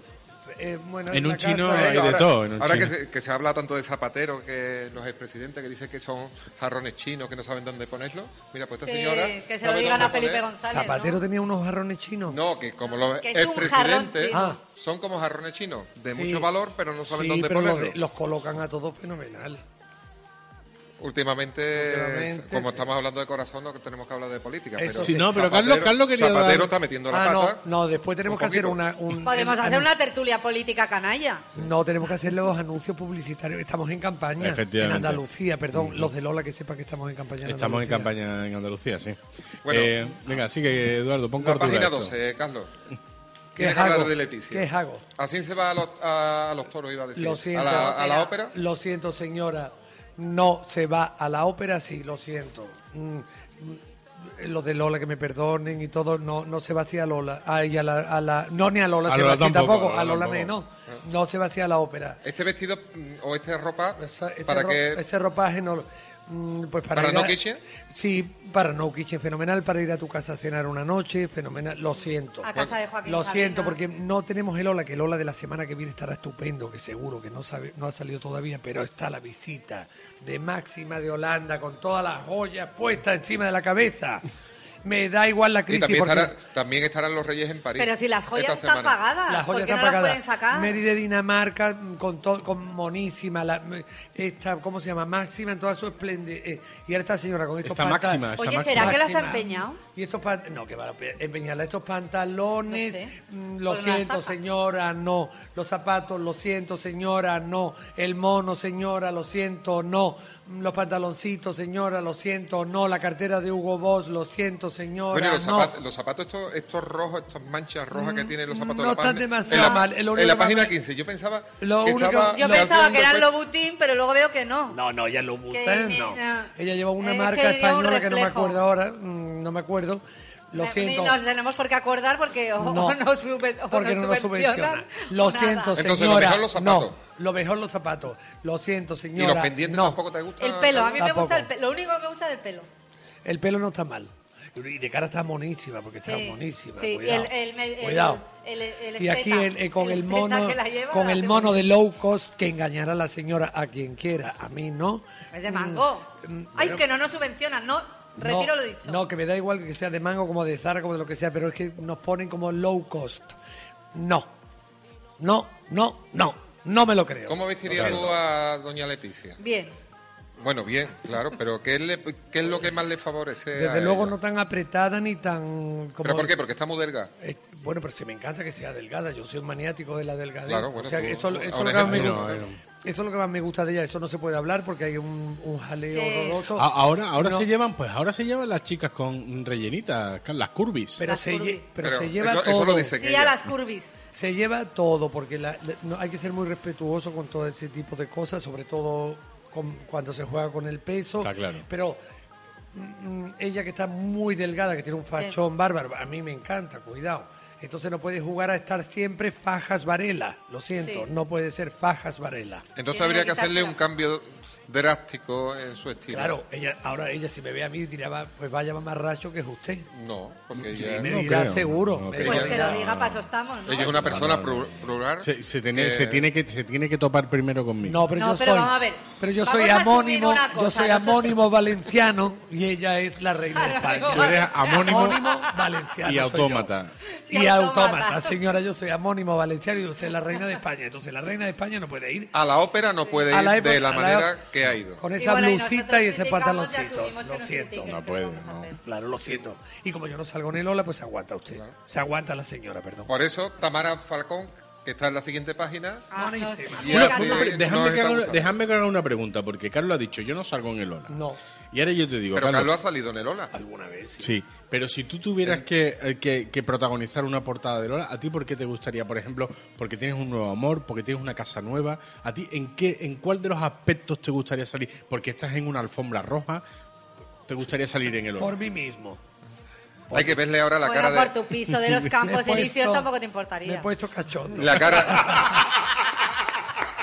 S5: Eh, bueno,
S3: En
S5: la
S3: un chino
S5: casa-
S3: hay de todo en un
S7: ahora
S3: chino.
S7: que se, que se habla tanto de Zapatero, que los expresidentes que dicen que son jarrones chinos, que no saben dónde ponerlos. Mira, pues esta señora.
S6: que, que se lo
S7: sabe
S6: digan a
S7: dónde
S6: Felipe
S7: poner-
S6: González. ¿no?
S5: Zapatero tenía unos jarrones chinos.
S7: No, que como los
S6: Que es un
S7: expresidentes
S6: jarrón
S5: chino.
S7: son como jarrones chinos, de
S5: Ah. Sí.
S7: mucho valor, pero no saben
S5: Sí,
S7: dónde
S5: pero los,
S7: ponerlos.
S5: de- los colocan a todos fenomenal.
S7: Últimamente,
S5: Últimamente,
S7: como
S5: sí.
S7: estamos hablando de corazón, no tenemos que hablar de política.
S5: Eso
S7: pero
S5: sí. Sí,
S3: no, pero
S7: Zapatero-
S3: Carlos- Carlos quería
S7: Zapatero
S3: dar-
S7: está metiendo la
S5: Ah, no,
S7: pata.
S5: no, después tenemos
S7: Un
S5: que hacer
S7: poquito.
S5: una... un-
S6: Podemos
S5: en-
S6: hacer
S5: en-
S6: una tertulia política canalla.
S5: No, tenemos que hacer los anuncios publicitarios. Estamos en campaña en
S3: Efectivamente.
S5: Andalucía, perdón. Los de Lola que sepan que estamos en campaña en
S3: Estamos en
S5: Andalucía.
S3: campaña en Andalucía, sí.
S7: Bueno.
S3: Eh, venga, sigue, Eduardo, pon
S7: La
S3: cordura a
S7: página
S3: esto.
S7: 12, eh, Carlos.
S5: ¿Qué
S7: Tiene
S5: es
S7: que hablar
S5: hago?
S7: de Leticia.
S5: ¿Qué es hago?
S7: Así se va a los, a, a los toros, iba a decir.
S5: Lo siento.
S7: a, la, a la ópera.
S5: Lo siento, señora. No se va a la ópera, sí, lo siento. Mm, mm, Los de Lola que me perdonen y todo, no, no se va así a Lola. Ay, a la, a la- no, ni a Lola
S3: A
S5: se
S3: Lola
S5: va así
S3: tampoco,
S5: tampoco.
S3: a
S5: A
S3: Lola
S5: Lola menos.
S7: Ah.
S5: No se va así a la ópera.
S7: Este vestido mm, o esta ropa,
S5: Esa- ese,
S7: ¿para
S5: ro-
S7: que
S5: ese ropaje no lo- mm, pues para,
S7: ¿Para
S5: ir
S7: No
S5: a-
S7: Kitchen?
S5: Sí, para No Kitchen, fenomenal. Para ir a tu casa a cenar una noche, fenomenal. Lo siento.
S6: A casa de Joaquín
S5: Lo siento, porque
S6: Sabina.
S5: no tenemos el Ola, que el Ola de la semana que viene estará estupendo, que seguro que no, sabe, no ha salido todavía, pero está la visita de Máxima de Holanda con todas las joyas puestas encima de la cabeza. Me da igual la
S7: Y
S5: crisis,
S7: también,
S5: porque
S7: estará- también estarán los reyes en París.
S6: Pero si las joyas
S7: esta
S6: están
S7: semana.
S6: pagadas,
S5: las joyas
S6: ¿por qué
S5: están
S6: no
S5: pagadas.
S6: las pueden sacar?
S5: Mary de Dinamarca, mm, con, to- con monísima, la, esta, ¿cómo se llama? Máxima en toda su esplendid. eh, y ahora esta señora con estos
S3: Está
S5: pantalones.
S3: máxima, está
S6: Oye,
S3: máxima.
S6: ¿será que las ha
S5: Máxima.
S6: empeñado?
S5: Y estos pantalones. No, que van a pe- empeñarla. Estos pantalones.
S6: No sé.
S5: mm, Lo
S6: Con una
S5: siento,
S6: zapa.
S5: señora, no. Los zapatos, lo siento, señora, no. El mono, señora, lo siento, no. Mm, Los pantaloncitos, señora, lo siento, no. La cartera de Hugo Boss, lo siento, señora.
S7: Bueno, y los
S5: no. Mm,
S7: zapatos, los zapatos estos, estos rojos, estas manchas rojas que tienen los zapatos.
S5: no
S7: de la
S5: están
S7: página-
S5: demasiado
S7: en la-
S5: mal, es lo único
S7: En la
S5: que más
S7: página
S5: me-
S7: 15, yo pensaba.
S5: Lo
S7: que
S5: único-
S7: estaba-
S6: Yo
S5: Lo
S6: pensaba
S7: haciendo
S6: que eran
S7: efecto-
S6: Lobutín, pero luego veo que no.
S5: No, no, ella lo
S6: Que
S5: Louboutin,
S6: ni-
S5: no.
S6: no.
S5: Ella lleva una
S6: Es
S5: marca
S6: que dio un
S5: española que no me
S6: reflejo.
S5: acuerdo ahora, mm, no me acuerdo. Lo
S6: Ni
S5: siento.
S6: nos tenemos por qué acordar porque o [laughs] no, sube, o
S5: porque no
S6: nos
S5: nos
S6: subvencionan,
S5: subvenciona. Lo
S6: o nada.
S5: siento,
S7: Entonces, lo
S5: señora.
S7: mejor los zapatos.
S5: no, lo mejor los zapatos. Lo siento,
S7: Y
S5: señora.
S7: los pendientes
S5: no,
S7: tampoco te gustan.
S6: El pelo, a mí me
S5: Tampoco.
S6: gusta el pelo. Lo único que me gusta es el pelo.
S5: El pelo no está mal. Y de cara está monísima, porque está
S6: Sí,
S5: monísima.
S6: sí,
S5: Cuidado.
S6: el- el- el-
S5: cuidado.
S6: el- el- el
S5: y aquí
S6: streta,
S5: el- eh, con el,
S6: el streta
S5: mono,
S6: que la lleva,
S5: con el
S6: qué
S5: mono de
S6: bonito.
S5: low cost que engañará a la señora a quien quiera, a mí no.
S6: Es de mango.
S5: mm,
S6: Ay,
S5: bueno.
S6: que no nos subvencionan. No,
S5: no,
S6: retiro lo dicho.
S5: No, que me da igual que sea de mango, como de Zara, como de lo que sea, pero es que nos ponen como low cost. No, no, no, no, no me lo creo.
S7: ¿Cómo vestirías
S5: Lo siento.
S7: tú a doña Leticia?
S6: Bien.
S7: Bueno, bien, claro, pero ¿qué, le- qué es lo que más le favorece? a
S5: Desde luego
S7: ella?
S5: no tan apretada ni tan... Como
S7: Eh, ¿Pero por qué? Porque está muy delga.
S5: Eh, Bueno, pero si me encanta que sea delgada. Yo soy un maniático de la delgadez.
S7: Claro, bueno,
S5: o sea,
S7: tú-
S5: eso,
S7: tú-
S5: eso
S7: a
S5: es
S7: un
S5: lo que más me
S7: ejemplo.
S5: gusta.
S3: No, no.
S5: Eso es lo que más me gusta de ella. Eso no se puede hablar porque hay un, un jaleo
S6: Sí.
S5: horroroso.
S3: A- Ahora, ahora
S5: No,
S3: se llevan, pues ahora se llevan las chicas con rellenitas, con las curvis.
S5: Pero
S6: Las
S5: se, lle-
S6: curvy.
S5: pero
S7: Pero
S5: se lleva
S7: eso- eso
S5: todo.
S7: lo dice.
S6: Sí
S7: Ella.
S6: a las curvis.
S5: Se lleva todo porque la- la- no, hay que ser muy respetuoso con todo ese tipo de cosas, sobre todo con- cuando se juega con el peso.
S3: Está claro.
S5: Pero mm, mm, ella que está muy delgada, que tiene un fachón bárbaro, a mí me encanta, cuidado. Entonces no puede jugar a estar siempre fajas varela. Lo siento,
S6: Sí.
S5: no puede ser fajas varela.
S7: Entonces
S6: Tiene
S7: habría
S6: que
S7: que hacerle
S6: quitársela.
S7: un cambio drástico en su estilo.
S5: Claro, ella, ahora ella si me ve a mí dirá, "Va, pues vaya mamarracho que es usted.
S7: No, porque
S5: Y
S7: ella,
S5: me
S3: no
S5: dirá
S3: creo,
S5: seguro.
S3: no
S5: me
S7: creo.
S6: Pues
S7: ya-
S6: que
S5: dirá,
S6: lo diga, para eso estamos, ¿no?
S7: ella es una persona plu- plural.
S3: se, se tiene,
S7: que-
S3: se tiene que se tiene que topar primero conmigo.
S5: No, pero
S6: No,
S5: yo
S6: pero
S5: soy.
S6: vamos a ver.
S5: Pero yo
S6: Vamos
S5: soy
S6: a asumir
S5: amónimo,
S6: una
S5: yo
S6: cosa,
S5: soy
S6: nosotros-
S5: amónimo valenciano y ella es la reina de
S6: Claro,
S5: España.
S3: Tú eres amónimo
S5: valenciano.
S3: y
S5: soy yo.
S3: autómata.
S5: Y
S6: Y autómata.
S5: autómata, señora, yo soy amónimo valenciano y usted es la reina de España. Entonces la reina de España no puede ir
S7: A la ópera no puede
S5: A
S7: ir
S5: la época-
S7: de la
S5: a la-
S7: manera que ha ido.
S5: con esa
S6: bueno,
S5: blusita y, ese
S6: nosotros criticamos y
S5: pantaloncito.
S6: asumimos que
S5: Lo
S6: nos
S5: siento.
S6: critiquen,
S3: No
S6: ¿qué
S3: puede,
S6: vamos a
S3: no.
S6: hacer?
S5: Claro, lo siento. Y como yo no salgo en el Ola, pues se aguanta usted. Se aguanta la señora, perdón.
S7: Por eso, Tamara Falcón, que está en la siguiente página,
S6: Ah, no,
S5: Buenísima.
S6: sí,
S7: Y
S6: me
S3: Una-
S7: así
S6: encanta.
S3: una pre- dejadme,
S7: nos
S3: que
S7: está
S3: haga,
S7: gustando.
S3: dejadme que haga una pregunta, porque Carlos ha dicho, yo no salgo en el ONA.
S5: No,
S3: Y ahora yo te digo,
S7: pero
S3: Carlos,
S7: Carlos ha salido en el Ola.
S5: alguna vez. sí.
S3: Sí, pero si tú tuvieras que, eh, que- que protagonizar una portada de Lola, ¿a ti por qué te gustaría, por ejemplo, porque tienes un nuevo amor, porque tienes una casa nueva? ¿A ti en qué, en cuál de los aspectos te gustaría salir? Porque estás en una alfombra roja, ¿te gustaría salir en el
S5: Por
S3: oro?
S5: mí mismo.
S7: Hay que verle ahora la
S6: Bueno,
S7: cara
S6: por
S7: de.
S6: tu piso
S5: [laughs]
S6: de los
S5: Me he
S6: campos elíseos
S5: puesto-
S6: tampoco te
S5: Me he
S6: importaría.
S5: puesto cachondo.
S7: La cara.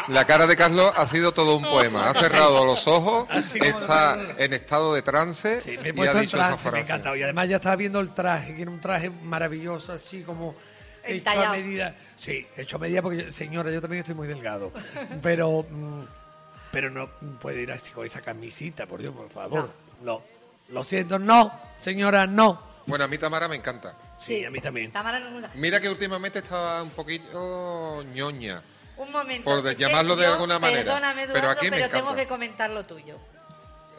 S7: La cara de Carlos ha sido todo un poema. Ha cerrado los ojos,
S5: Así como
S7: está
S5: lo veo.
S7: en estado de trance
S5: Sí, me he
S7: y ha
S5: puesto el
S7: dicho esa
S5: trance, me ha
S7: frase.
S5: encantado. Y además ya estaba viendo el traje, que era un traje maravilloso, así como hecho a
S6: Entallado.
S5: medida. Sí, hecho a medida porque, yo- señora, yo también estoy muy delgado. pero mm, pero no puede ir así con esa camisita, por Dios, por favor. No. Lo siento, no, señora, no.
S7: Bueno, a mí Tamara me encanta.
S5: Sí, a mí también.
S6: Tamara no me gusta.
S7: Mira que últimamente estaba un poquito ñoña.
S6: Un momento.
S7: Por
S6: es que
S7: llamarlo de
S6: yo-
S7: alguna manera,
S6: Perdóname,
S7: pero
S6: Eduardo, pero,
S7: aquí me
S6: tengo
S7: encanta.
S6: que comentar lo tuyo.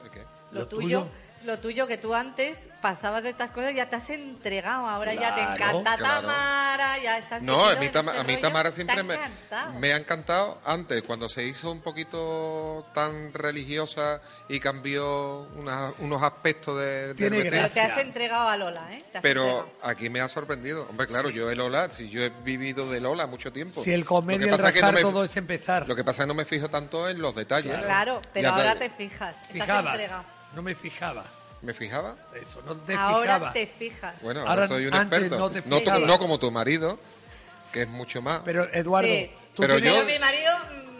S7: Ok.
S6: Lo,
S5: ¿Lo
S6: tuyo,
S5: tuyo?
S6: Lo tuyo que tú antes pasabas de estas cosas, ya te has entregado. Ahora ya te
S5: Claro,
S6: encanta
S7: claro.
S6: Tamara, ya estás.
S7: No,
S6: metido
S7: a mí,
S6: en
S7: Tama-
S6: este
S7: a mí
S6: rollo,
S7: Tamara
S6: te
S7: siempre
S6: ha
S7: me,
S6: encantado.
S7: me ha encantado antes, cuando se hizo un poquito tan religiosa y cambió unas- unos aspectos de... del
S5: Tiene
S7: meter.
S6: Pero te has
S5: Gracias.
S6: entregado a Lola, ¿eh? Te has
S7: Pero
S6: entregado.
S7: aquí me ha sorprendido. Hombre, claro, yo el Lola, si yo he vivido de Lola mucho tiempo.
S5: Si el comer
S7: Lo
S5: y
S7: que
S5: el
S7: pasa es que no
S5: rajar
S7: me-
S5: todo es empezar.
S7: Lo que pasa es que no me fijo tanto en los detalles.
S6: Claro, pero
S7: Ya
S6: ahora te fijas. Te has
S5: Fijabas.
S6: entregado.
S5: No me fijaba.
S7: ¿Me fijaba?
S5: Eso, no te
S6: Ahora
S5: fijaba.
S6: te fijas.
S7: Bueno,
S5: Ahora,
S7: ahora, soy un
S5: antes
S7: experto.
S5: no te
S7: No, tu-
S5: fijabas.
S7: no como tu marido, que es mucho más.
S5: Pero, Eduardo,
S6: Sí.
S5: tú
S7: Pero
S5: tienes-
S6: Pero
S7: yo-
S6: mi marido.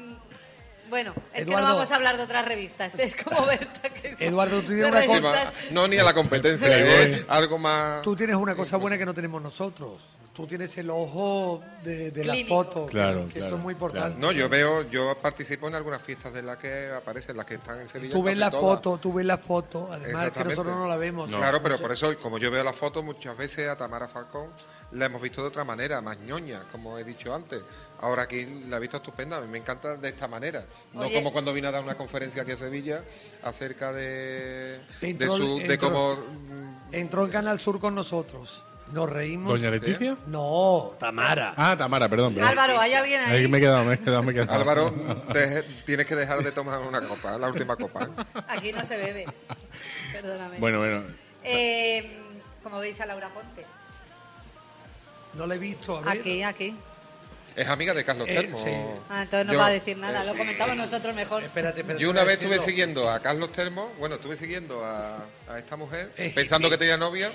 S6: mm, Bueno, es que no
S5: Eduardo.
S6: vamos a hablar de otras revistas. Es como
S7: [laughs]
S6: Berta que son-
S5: Eduardo, tú tienes
S6: las
S5: una cosa-
S7: Sí, va-
S6: revistas-
S7: no ni a la competencia,
S3: Pero
S7: que
S3: bueno.
S7: es algo más...
S5: Tú tienes una cosa buena que no tenemos nosotros. Tú tienes el ojo de, de la
S6: Clínico.
S5: foto,
S3: Claro,
S5: que eso
S3: claro,
S5: es muy importante.
S7: No, yo veo, yo participo en algunas fiestas de las que aparecen, las que están en Sevilla.
S5: Tú ves
S7: casi
S5: la
S7: todas.
S5: foto, tú ves la foto, además que
S7: Exactamente.
S5: nosotros no la vemos.
S7: Claro, pero por eso, como yo veo la foto, muchas veces a Tamara Falcón la hemos visto de otra manera, más ñoña, como he dicho antes. Ahora aquí la he visto estupenda, a mí me encanta de esta manera. No
S6: Oye.
S7: como cuando vino a dar una conferencia aquí a Sevilla acerca de, de,
S5: Entró-
S7: su, de
S5: entró-
S7: cómo...
S5: Entró en Canal Sur con nosotros. Nos reímos.
S3: ¿Doña Leticia?
S5: No, Tamara.
S3: Ah, Tamara, perdón. perdón.
S6: Álvaro, ¿hay alguien ahí?
S3: Ahí me he quedado, me he quedado, me he quedado.
S7: Álvaro, deje- tienes que dejar de tomar una copa, la última copa.
S6: Aquí no se
S3: [laughs]
S6: bebe. Perdóname.
S3: Bueno, bueno.
S6: Eh, como veis a Laura Ponte.
S5: No la he visto. A ver.
S6: Aquí, aquí.
S7: Es amiga de Carlos
S5: Eh,
S7: Termo.
S5: sí.
S6: Ah, entonces no
S7: Yo-
S6: va a decir nada.
S7: eh,
S6: Lo
S7: sí.
S6: comentamos nosotros mejor.
S5: Espérate, espérate.
S7: Yo una
S5: voy a
S7: vez estuve
S5: decirlo.
S7: siguiendo a Carlos Termo, bueno, estuve siguiendo a, a esta mujer,
S5: Eh,
S7: pensando
S5: eh.
S7: que tenía novia,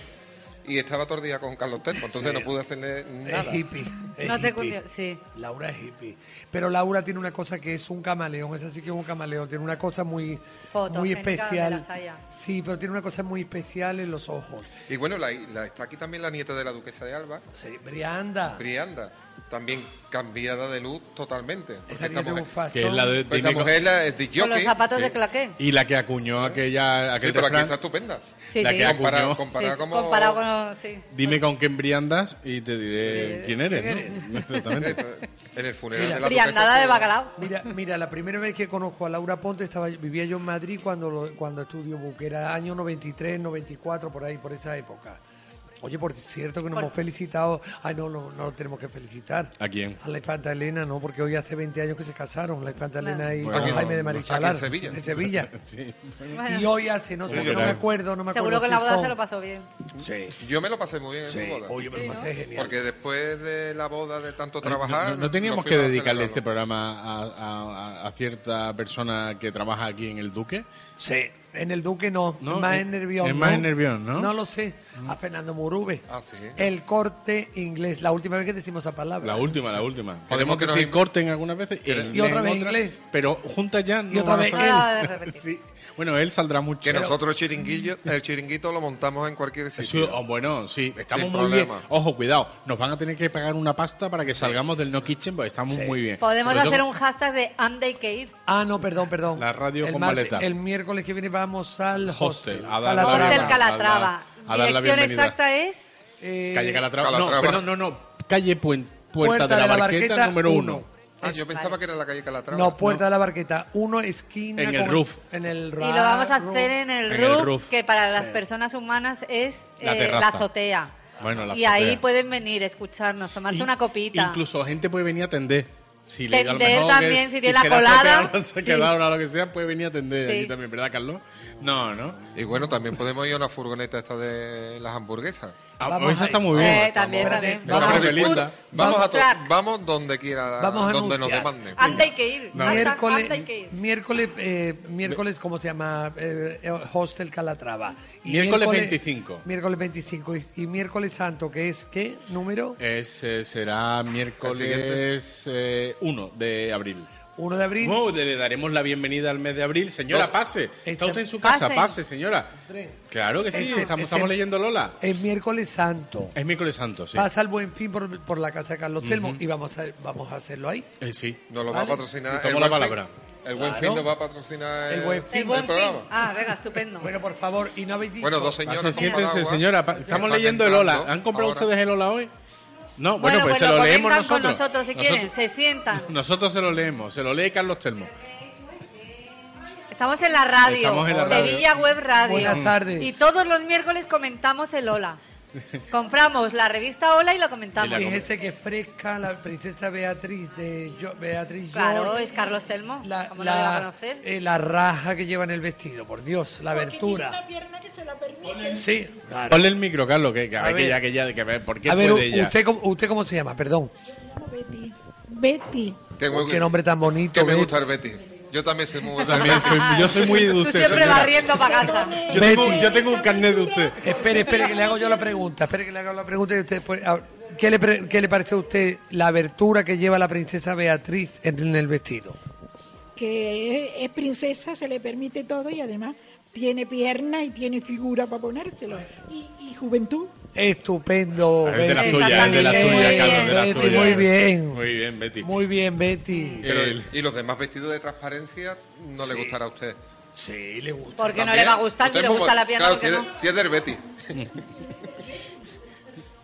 S7: y estaba todo el día con Carlos Tempo, entonces
S5: Sí.
S7: no pude hacerle nada.
S5: Es hippie. es
S6: No te
S5: hippie.
S6: cundió, sí.
S5: Laura es hippie. Pero Laura tiene una cosa que es un camaleón, esa sí que es un camaleón. Tiene una cosa muy,
S6: Fotogénica
S5: muy
S6: de la
S5: especial.
S6: saya.
S5: Sí, pero tiene una cosa muy especial en los ojos.
S7: Y bueno, la- la- está aquí también la nieta de la duquesa de Alba,
S5: Sí, Brianda.
S7: Brianda, también cambiada de luz totalmente. porque
S5: Esa
S7: esta
S5: niña tiene
S7: mujer,
S5: un fashion.
S3: Que es la de-
S7: pues esta
S3: Típico.
S7: mujer es la, es disc
S6: Con los
S7: jockey,
S6: zapatos
S7: sí.
S6: de claqué.
S3: Y la que acuñó aquella,
S7: Sí,
S3: aquel
S7: pero aquí
S3: refrán,
S7: está estupenda.
S6: Sí,
S3: la
S6: sí.
S3: que acuñó.
S7: Comparado,
S6: Sí,
S7: comparado
S6: sí,
S7: como...
S6: Comparado
S7: [laughs]
S6: con... Sí.
S3: Dime con quién briandas y te diré quién eres. ¿no? [laughs] Exactamente.
S7: En el funeral de la
S6: Briandada de
S7: duquesa, este,
S6: bacalao.
S5: Mira, mira, la primera vez que conozco a Laura Ponte estaba vivía yo en Madrid cuando lo- cuando estudió Buquera, año 93, 94 por ahí, por esa época. Oye, por cierto que nos hemos felicitado. Ay, no, no, no lo tenemos que felicitar.
S3: ¿A quién?
S5: A la infanta Elena, no, porque hoy hace 20 años que se casaron, la infanta Elena y
S7: Bueno,
S5: don
S7: aquí-
S5: Jaime de
S7: aquí en
S5: Marichalar.
S7: Sevilla.
S5: De Sevilla.
S3: Sí.
S6: Bueno,
S5: Y hoy hace, no sé,
S3: Sí,
S5: no me
S3: claro.
S5: acuerdo, no me acuerdo.
S6: seguro que en la
S5: si
S6: boda
S5: son-
S6: se lo pasó bien.
S5: Sí,
S7: Yo me lo pasé muy bien
S5: sí.
S7: en mi boda.
S5: Oye, pero me pasé genial.
S7: Porque después de la boda de tanto
S3: No,
S7: trabajar...
S3: no- no teníamos
S7: nos
S3: que
S7: fuimos a
S3: dedicarle este
S7: celebrarlo.
S3: programa a, a- a- a cierta persona que trabaja aquí en el Duque.
S5: Sí, en el Duque no,
S3: No,
S5: es más
S3: eh,
S5: en Nervión.
S3: es más en Nervión, ¿no?
S5: No lo sé, a Fernando Murube.
S7: Ah, sí.
S5: El corte inglés, la última vez que decimos esa palabra.
S3: La última, la última.
S7: Queremos
S3: Podemos
S7: que nos
S3: decir
S7: in-
S3: corten algunas veces y,
S7: Queremos-
S5: Y otra vez inglés.
S3: Pero juntas ya no
S5: Y otra
S3: van a
S5: vez
S3: salir.
S6: Ah, de repetir.
S3: Sí. Bueno, él saldrá mucho.
S7: Que nosotros el chiringuillo, el chiringuito lo montamos en cualquier
S3: Sí,
S7: sitio.
S3: oh, bueno, sí, estamos
S7: Sin
S3: muy
S7: problema.
S3: bien. Ojo, cuidado, nos van a tener que pagar una pasta para que salgamos del No Kitchen, porque estamos muy bien.
S6: Podemos
S3: Sobre todo-
S6: hacer un hashtag de anda y que ir.
S5: Ah, no, perdón, perdón.
S3: La radio
S5: el
S3: con
S5: martes-
S3: maleta.
S5: El miércoles que viene vamos al hostel.
S3: hostel. A dar la
S5: Calatrava.
S3: bienvenida,
S6: Hostel
S3: a dar-
S6: Calatrava.
S3: a dar la
S6: Dirección
S3: bienvenida.
S6: exacta es...
S5: Eh,
S3: Calle Calatrava. No,
S7: Calatrava.
S3: perdón, no, no. Calle Puen-
S5: Puerta
S3: Puerta, de la, Barqueta, número uno.
S7: Ah, yo pensaba que era la calle Calatrava.
S5: No, Puerta de la Barqueta. Uno, esquina.
S3: En el
S5: con-
S3: roof.
S5: En el
S6: Y lo vamos a hacer
S3: En
S6: en el
S3: el
S6: roof,
S3: roof.
S6: que para las personas humanas es
S3: La
S6: eh,
S3: terraza.
S6: la azotea.
S3: Bueno, la
S6: y
S3: azotea.
S6: ahí pueden venir, escucharnos, tomarse
S3: In-
S6: una copita.
S3: Incluso gente puede venir a atender. Si le- a lo
S6: Tender
S3: mejor
S6: también, si tiene la
S3: se le ha
S6: colada,
S3: [laughs] estropeado la
S6: sí.
S3: saquedad o lo que sea, puede venir a atender
S6: Sí.
S3: allí también, ¿verdad, Carlos? No, no.
S7: Y bueno, también podemos ir a una furgoneta esta de las hamburguesas.
S3: Ah,
S5: Vamos
S3: pues eso
S5: ahí.
S3: está muy bien.
S6: Eh, también,
S5: Espérate,
S6: también.
S5: Vamos
S7: Una
S5: a-
S7: furgoneta.
S3: Food-
S7: vamos, a
S6: food truck.
S7: to- vamos donde quiera,
S5: Vamos a
S7: donde nos
S5: anunciar. Ah,
S7: demanden.
S6: Anda y que ir. hashtag
S5: Miércoles,
S6: anda y que ir.
S5: miércoles, eh, miércoles, ¿cómo se llama? Eh, eh, Hostel Calatrava.
S3: Miércoles 25.
S5: Miércoles 25. Y, y miércoles santo, que es qué número?
S7: Eh,
S3: Ese será
S7: El
S3: miércoles eh, 1 de abril.
S5: 1 de abril.
S3: Wow, le daremos la bienvenida al mes de abril. Señora,
S5: Oh,
S3: pase. Está
S5: Echa-
S3: usted en su casa,
S6: Pase.
S3: pase, señora. Claro que sí,
S5: Ese-
S3: estamos,
S5: ese-
S3: estamos leyendo Lola.
S5: Es miércoles santo.
S7: Eh,
S3: Es miércoles santo, sí.
S5: Pasa el buen fin por, por la casa de Carlos Telmo y vamos a, vamos a hacerlo ahí.
S3: Eh, sí.
S7: Nos lo va a
S5: Vale.
S7: patrocinar.
S3: Te tomo
S7: el
S3: la
S7: Buen Fin.
S3: palabra.
S7: El buen
S5: Claro.
S7: fin nos va a patrocinar
S5: El Buen Fin.
S6: El buen fin.
S7: programa.
S6: Ah, venga, estupendo.
S5: Bueno, por favor, y no habéis dicho.
S7: Bueno, dos
S3: Pase,
S7: señoras. con
S3: siéntense,
S7: paraguas.
S3: señora. Pa- Estamos
S7: Están
S3: leyendo el
S7: entrando
S3: Lola. ¿Han comprado
S7: ahora.
S3: ustedes el Lola hoy? No, bueno, pues se lo
S6: comentan
S3: leemos nosotros.
S6: con nosotros si quieren,
S3: Nosotros-
S6: se
S3: [laughs]
S6: sientan.
S3: Nosotros se lo leemos, se lo lee Carlos Telmo.
S6: Estamos en la radio,
S3: Estamos en la radio. Mm.
S6: Sevilla Web Radio.
S5: Buenas tardes.
S6: Y todos los miércoles comentamos
S3: [laughs]
S6: el Hola. Compramos la revista Hola y lo comentamos.
S3: Y la-
S5: Fíjese que fresca la princesa Beatriz de Yo- Beatriz
S6: Claro,
S5: York.
S6: es Carlos Telmo.
S5: La,
S6: ¿Cómo
S5: la-
S6: no lo va a conocer?
S5: eh, la raja que lleva en el vestido, por Dios, la abertura. Sí, claro.
S3: Ponle el micro, Carlos, que, que a
S5: A
S3: ver, que
S5: ver.
S3: ya, que ya, que ver, ¿por qué
S5: A ver,
S3: puede ya?
S5: usted, cómo- ¿usted cómo se llama? Perdón.
S9: Betty. Betty.
S7: Tengo
S5: Qué nombre tan bonito. ¿eh?
S7: Que me
S5: Betty.
S7: gusta el Betty. Yo también soy
S5: [laughs]
S7: muy
S3: También
S7: [laughs]
S3: soy- yo soy muy de
S6: Tú
S3: usted.
S6: Ah. siempre
S3: señora.
S6: barriendo para casa.
S3: yo, tengo, yo tengo un carnet de usted.
S5: Espere, espere, que le hago yo la pregunta. Espere que le hago la pregunta y usted después- ah, ¿Qué le, pre- ¿Qué le parece a usted la abertura que lleva la princesa Beatriz en, en el vestido?
S9: Que es, es princesa, se le permite todo y además tiene pierna y tiene figura para ponérselo. Y, y juventud.
S5: Estupendo.
S3: Ah, Es de la
S5: Oh, Betty.
S3: suya, es de la
S5: Muy
S3: suya,
S5: bien,
S3: Carlos, de la
S5: Betty,
S3: suya.
S5: Muy bien.
S3: Muy bien, Betty.
S5: Muy bien, Betty.
S7: Pero,
S3: El-
S7: Eh, Y los demás vestidos de transparencia no le gustará a usted.
S5: Sí, le gusta.
S6: Porque no
S7: También.
S6: le va a gustar si
S7: Usted
S6: le
S7: es muy-
S6: gusta la pierna
S7: claro,
S6: porque
S7: si
S6: no.
S7: es, si es del Betty.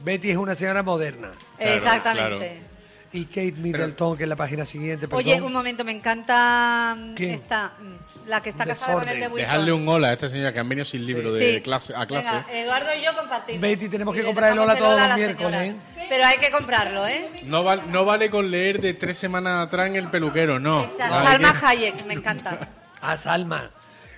S5: Betty es una señora moderna.
S3: Claro,
S6: Exactamente.
S3: claro.
S5: Y Kate Middleton, que es la página siguiente, perdón.
S6: Oye, un momento, me encanta mm,
S5: ¿Quién?
S6: esta, mm, la que está casada con el de
S5: Desorden.
S6: Buitón.
S3: Dejarle un hola a esta señora que han venido sin libro de
S6: Sí.
S3: clase a clase.
S6: Venga, eh. Eduardo y yo compartimos.
S5: Betty, tenemos
S6: Y
S5: que
S6: le
S5: comprar el
S6: dejamos
S5: Hola todos
S6: a
S5: los
S6: las
S5: miércoles,
S6: señoras. Pero hay que comprarlo, ¿eh?
S3: No, val- no vale con leer de tres semanas atrás en el peluquero, no.
S6: Esta,
S3: Vale,
S6: Salma
S3: que-
S6: Hayek, me encanta.
S5: A Salma.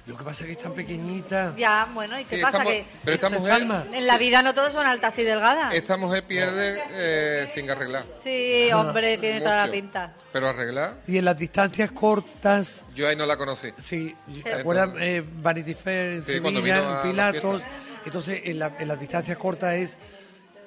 S5: Lo que pasa es que es tan pequeñita.
S6: Ya, bueno, ¿y qué
S7: Sí,
S6: pasa?
S7: estamos-
S6: Que
S7: pero esta
S5: Esta es
S7: mujer,
S5: Salma.
S6: en la vida no todos son altas y delgadas.
S7: esta mujer pierde eh, sin arreglar.
S6: Sí, hombre, tiene toda la
S7: Mucho.
S6: pinta.
S7: Pero arreglar,
S5: Y en las distancias cortas,
S7: yo ahí no la conocí.
S5: sí. ¿Te acuerdas? eh, Vanity Fair en
S7: Sí, cuando
S5: Sevilla,
S7: vino a
S5: en
S7: la
S5: Pilatos. Entonces, en, la- en las distancias cortas es,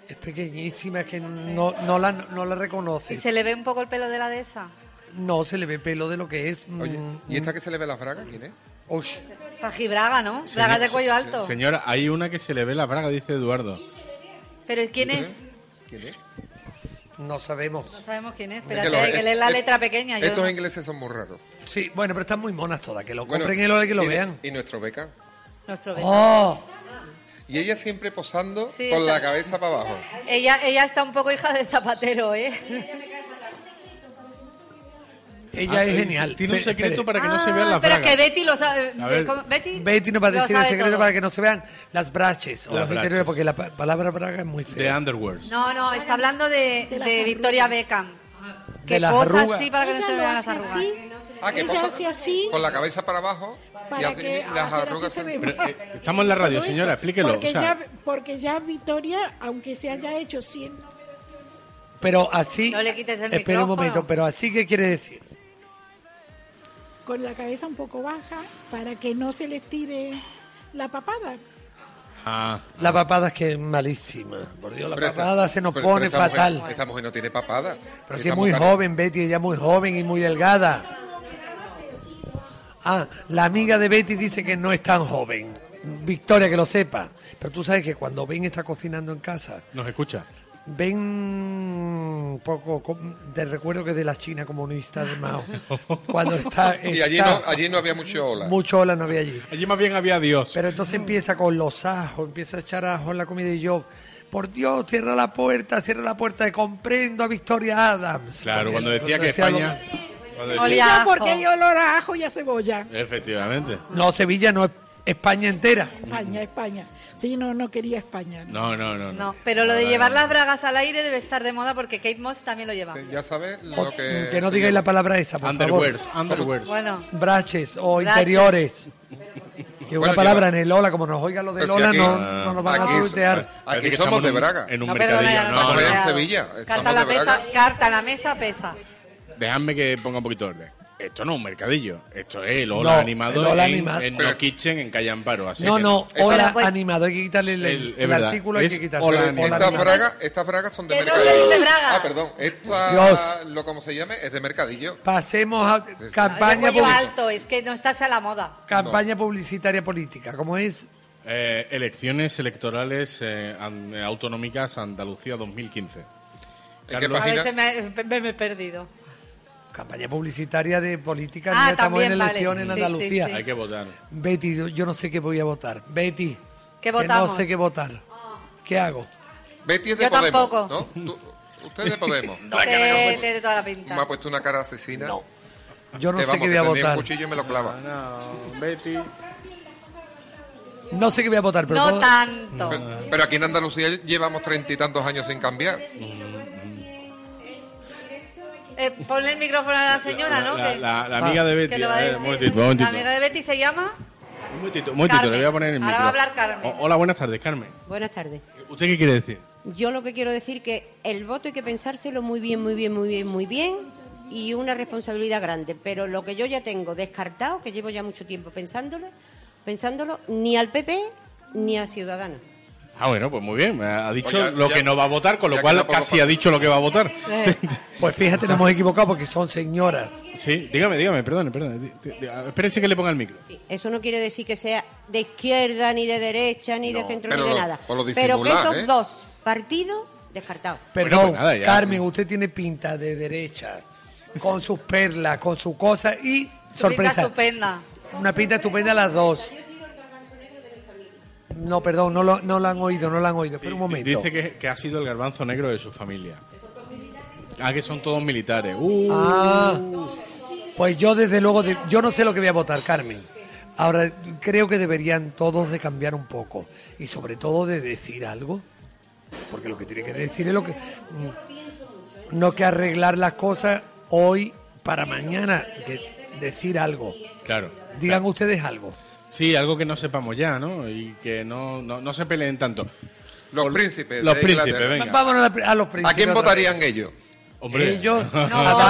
S5: es pequeñísima, es que no, no, la, no la
S6: ¿Y
S5: reconoces.
S6: se le ve un poco el pelo de la dehesa?
S5: No se le ve pelo de lo que es. mm,
S7: Oye, ¿y
S5: mm,
S7: esta que se le ve las bragas? ¿Quién es?
S5: osh.
S6: Fajibraga, ¿no? Bragas de cuello alto.
S3: Señora, hay una que se le ve la braga, dice Eduardo.
S6: Pero ¿quién es?
S7: ¿Quién es?
S5: No
S6: No
S5: sabemos.
S6: sabemos quién es.
S7: Es
S6: Espérate,
S7: los-
S6: hay que leer la
S7: es-
S6: letra pequeña. yo
S7: Estos
S6: no-
S7: ingleses son muy raros.
S5: Sí, bueno, pero están muy monas todas. Que lo
S7: Bueno,
S5: compren el hora que lo
S7: y-
S5: vean.
S7: Y nuestro beca.
S6: Nuestro beso.
S5: ¡Oh!
S7: Y ella siempre posando
S6: Sí,
S7: con la
S6: está-
S7: cabeza para abajo.
S6: Ella, ella está un poco hija de zapatero, ¿eh?
S5: Ella
S3: Ah,
S5: es
S3: eh,
S5: genial.
S3: Tiene un
S5: Pe-
S3: secreto
S5: espere.
S3: para que no se
S6: Ah,
S3: vean las
S6: Pero
S3: bragas.
S6: que Betty lo sabe.
S3: A ver.
S6: ¿cómo? Betty,
S5: Betty nos va a
S6: lo
S5: decir el
S6: sabe
S5: secreto
S6: todo.
S5: para que no se vean las braches o
S3: Las
S5: los interiores,
S3: braches.
S5: porque la pa- palabra braga es muy
S3: De
S5: fea.
S3: Underworlds.
S6: No, no, está hablando de,
S9: De las
S6: de Victoria
S9: arrugas.
S6: Beckham.
S5: De
S6: Que
S5: las
S6: posa
S5: arrugas.
S6: así para que no
S9: Ella
S6: se
S9: lo
S6: vean las
S9: hace
S6: arrugas.
S9: así,
S7: Ah, que
S9: ella
S7: posa-
S9: hace así
S7: Con la cabeza para abajo y
S9: para
S7: así
S9: que
S7: las
S9: hacer así
S7: arrugas.
S9: se ve
S3: Pero,
S9: más.
S3: eh, estamos en la radio,
S9: Todo
S3: señora,
S9: esto,
S3: explíquelo,
S9: Porque,
S3: o sea.
S9: ya, porque ya Victoria, aunque se haya hecho 100
S5: Pero así.
S6: No le quites el
S5: Espera un
S6: micrófono.
S5: momento, pero así, ¿qué quiere decir?
S9: con la cabeza un poco baja, para que no se les tire la papada.
S3: Ah,
S5: La papada es que es malísima. Por Dios, la
S7: Pero esta-
S5: papada se nos
S7: pero-
S5: pone
S7: pero esta mujer-
S5: fatal.
S7: esta mujer no tiene papada.
S5: Pero si
S7: Esta
S5: es muy
S7: mujer-
S5: joven, Betty, ella es muy joven y muy delgada. Ah, la amiga de Betty dice que no es tan joven. Victoria, que lo sepa. Pero tú sabes que cuando Ben está cocinando en casa,
S3: nos escucha.
S5: Ben, un poco, com- te recuerdo que es de la China comunista de Mao.
S7: [laughs]
S5: Cuando está,
S7: Y allí
S5: está-
S7: no, allí no había mucho ola.
S5: mucho hola no había allí.
S3: Allí más bien había Dios.
S5: Pero entonces empieza con los ajos, empieza a echar ajos en la comida y yo, por Dios, cierra la puerta, cierra la puerta, comprendo a Victoria Adams.
S3: claro, cuando decía
S5: También,
S3: que
S5: lo-
S3: España... cuando decía-
S9: Y
S6: Olía
S9: no
S6: ajo.
S9: porque hay olor a ajo y a cebolla.
S3: Efectivamente.
S5: No, Sevilla no es España entera.
S9: España, España. Sí, no, no quería España. ¿no?
S3: No, no, no.
S6: No, pero lo de llevar las bragas al aire debe estar de moda porque Kate Moss también lo lleva.
S7: Sí, Eh, Ya sabes
S5: O-
S7: lo
S5: que,
S7: que.
S5: no digáis la palabra esa, por
S3: Underwears, underwears.
S6: Bueno,
S5: favor. Braches o
S6: Braches.
S5: interiores. Que una
S7: Bueno,
S5: palabra
S7: lleva-
S5: en el Lola, como nos oiga lo de
S7: Pero si
S5: Lola,
S7: aquí-
S5: no, no nos van a
S7: aquí-
S5: tuitear.
S3: Parece que
S7: somos
S3: estamos
S7: de
S3: en un-
S7: Braga.
S3: En un
S6: no, perdona,
S3: mercadillo.
S6: ya
S3: No,
S6: nos
S3: no,
S6: hemos
S7: Estamos en
S3: no.
S6: quedado.
S7: Sevilla,
S6: Carta a
S7: estamos
S6: la
S7: de
S6: mesa,
S7: bragas.
S6: carta a la mesa pesa.
S3: Dejadme que ponga un poquito de orden. Esto no es un mercadillo. Esto es el Hola
S5: No,
S3: Animado
S5: el Hola
S3: en,
S5: animado.
S3: en
S7: Pero-
S3: No Kitchen, en Calle Amparo. Así
S5: No,
S3: que-
S5: no,
S7: Pero
S5: hola
S6: pues-
S5: animado, hay que quitarle el,
S3: El- es
S5: el
S3: verdad,
S5: artículo, hay
S3: es
S5: que quitarle
S3: hola
S5: el
S3: animado.
S5: hola
S7: Estas
S5: animado.
S7: bragas, estas bragas son de
S6: Que no se dice
S7: mercadillo.
S6: braga.
S7: Ah, perdón. Esta,
S5: Dios.
S7: lo como se llame, es de mercadillo.
S5: Pasemos a
S6: El
S5: campaña,
S6: cuello
S5: publici-
S6: alto, es que no estás a la moda.
S5: campaña publicitaria política, como es
S3: Eh, elecciones electorales eh, an- autonómicas Andalucía 2015.
S7: ¿En qué
S3: Carlos-
S6: A ver,
S7: página?
S6: se me, me- me he perdido.
S5: campaña publicitaria de política,
S6: Ah,
S5: ya estamos
S6: también,
S5: en
S6: vale.
S5: elección en
S6: Sí, sí,
S5: Andalucía.
S6: sí.
S3: Hay que votar.
S5: Betty, yo, yo no sé qué voy a votar. Betty,
S6: ¿Qué
S5: que no
S6: votamos? Ah.
S5: sé qué votar. ¿Qué hago?
S7: Betty es de
S6: Yo
S7: Podemos.
S6: tampoco.
S7: ¿no? Tú- usted es
S9: [laughs]
S7: de Podemos.
S6: Te- Eh, Tiene toda la pinta.
S7: Me ha puesto una cara asesina. No.
S5: Yo no sé qué voy a
S7: un
S5: votar.
S7: cuchillo y me lo clava.
S3: Betty.
S5: No sé qué voy a votar, pero
S6: No
S5: todo-
S6: tanto.
S7: Pero, pero aquí en Andalucía llevamos treinta y tantos años sin cambiar.
S6: Eh, ponle el micrófono a la señora,
S3: La,
S6: ¿no?
S3: la-
S6: Que-
S3: la- la amiga
S5: Ah.
S3: de
S6: que
S3: Betty.
S6: lo va
S3: a
S6: a
S3: ver,
S6: decir.
S3: un momentito, un momentito.
S6: La amiga de Betty se llama.
S3: Un momentito, un momentito, le voy a poner el
S6: Carmen.
S3: micro.
S6: Ahora va a hablar Carmen.
S3: O- hola, buenas tardes, Carmen.
S10: Buenas tardes.
S3: ¿Usted qué quiere decir?
S10: Yo lo que quiero decir que el voto hay que pensárselo muy bien, muy bien, muy bien, muy bien y una responsabilidad grande. Pero lo que yo ya tengo descartado, que llevo ya mucho tiempo pensándolo, pensándolo ni al PP ni a Ciudadanos.
S3: Ah, bueno, pues muy bien. Ha dicho
S7: Oye,
S3: lo
S7: ya-
S3: que no va a votar, con lo
S7: ya
S3: cual
S7: que no puedo
S3: casi
S7: votar.
S3: ha dicho lo que va a
S6: [laughs]
S3: votar.
S5: Pues fíjate, nos hemos equivocado porque son señoras.
S3: [laughs] sí, dígame, dígame, perdone, perdone. Di- di- di- Espérese que le ponga el micro.
S10: Sí, Eso no quiere decir que sea de izquierda, ni de derecha, ni de
S7: No,
S10: centro,
S7: pero
S10: ni de
S7: lo-
S10: nada.
S7: o lo
S10: Pero que
S7: disimulás,
S10: esos
S7: ¿eh?
S10: dos partidos descartados.
S5: Perdón,
S3: pues nada, ya.
S5: Carmen, usted tiene pinta de derechas, con sus perlas, con su cosa y
S6: Pinta
S5: sorpresa.
S6: estupenda.
S5: Una pinta estupenda a las dos. No, perdón, no lo, no lo han oído, no lo han oído. Espera un
S3: Di-
S5: momento.
S3: Dice que, que ha sido el garbanzo negro de su familia. Ah, que son todos militares. Uh,
S5: Ah, pues yo desde luego, de- yo no sé lo que voy a votar, Carmen. Ahora, creo que deberían todos de cambiar un poco y sobre todo de decir algo, porque lo que tiene que decir es lo que... mm, No que arreglar las cosas hoy para mañana, que decir algo.
S3: claro.
S5: Digan ustedes algo.
S3: Sí, algo que no sepamos ya, ¿no? Y que no, no, no se peleen tanto.
S7: Los príncipes.
S3: Los
S7: de
S3: príncipes,
S7: Inglaterra.
S3: venga.
S5: Vámonos a, la pri- a los príncipes.
S7: ¿A quién
S5: otra vez.
S7: votarían ellos?
S3: Hombre.
S5: Ellos
S3: [laughs]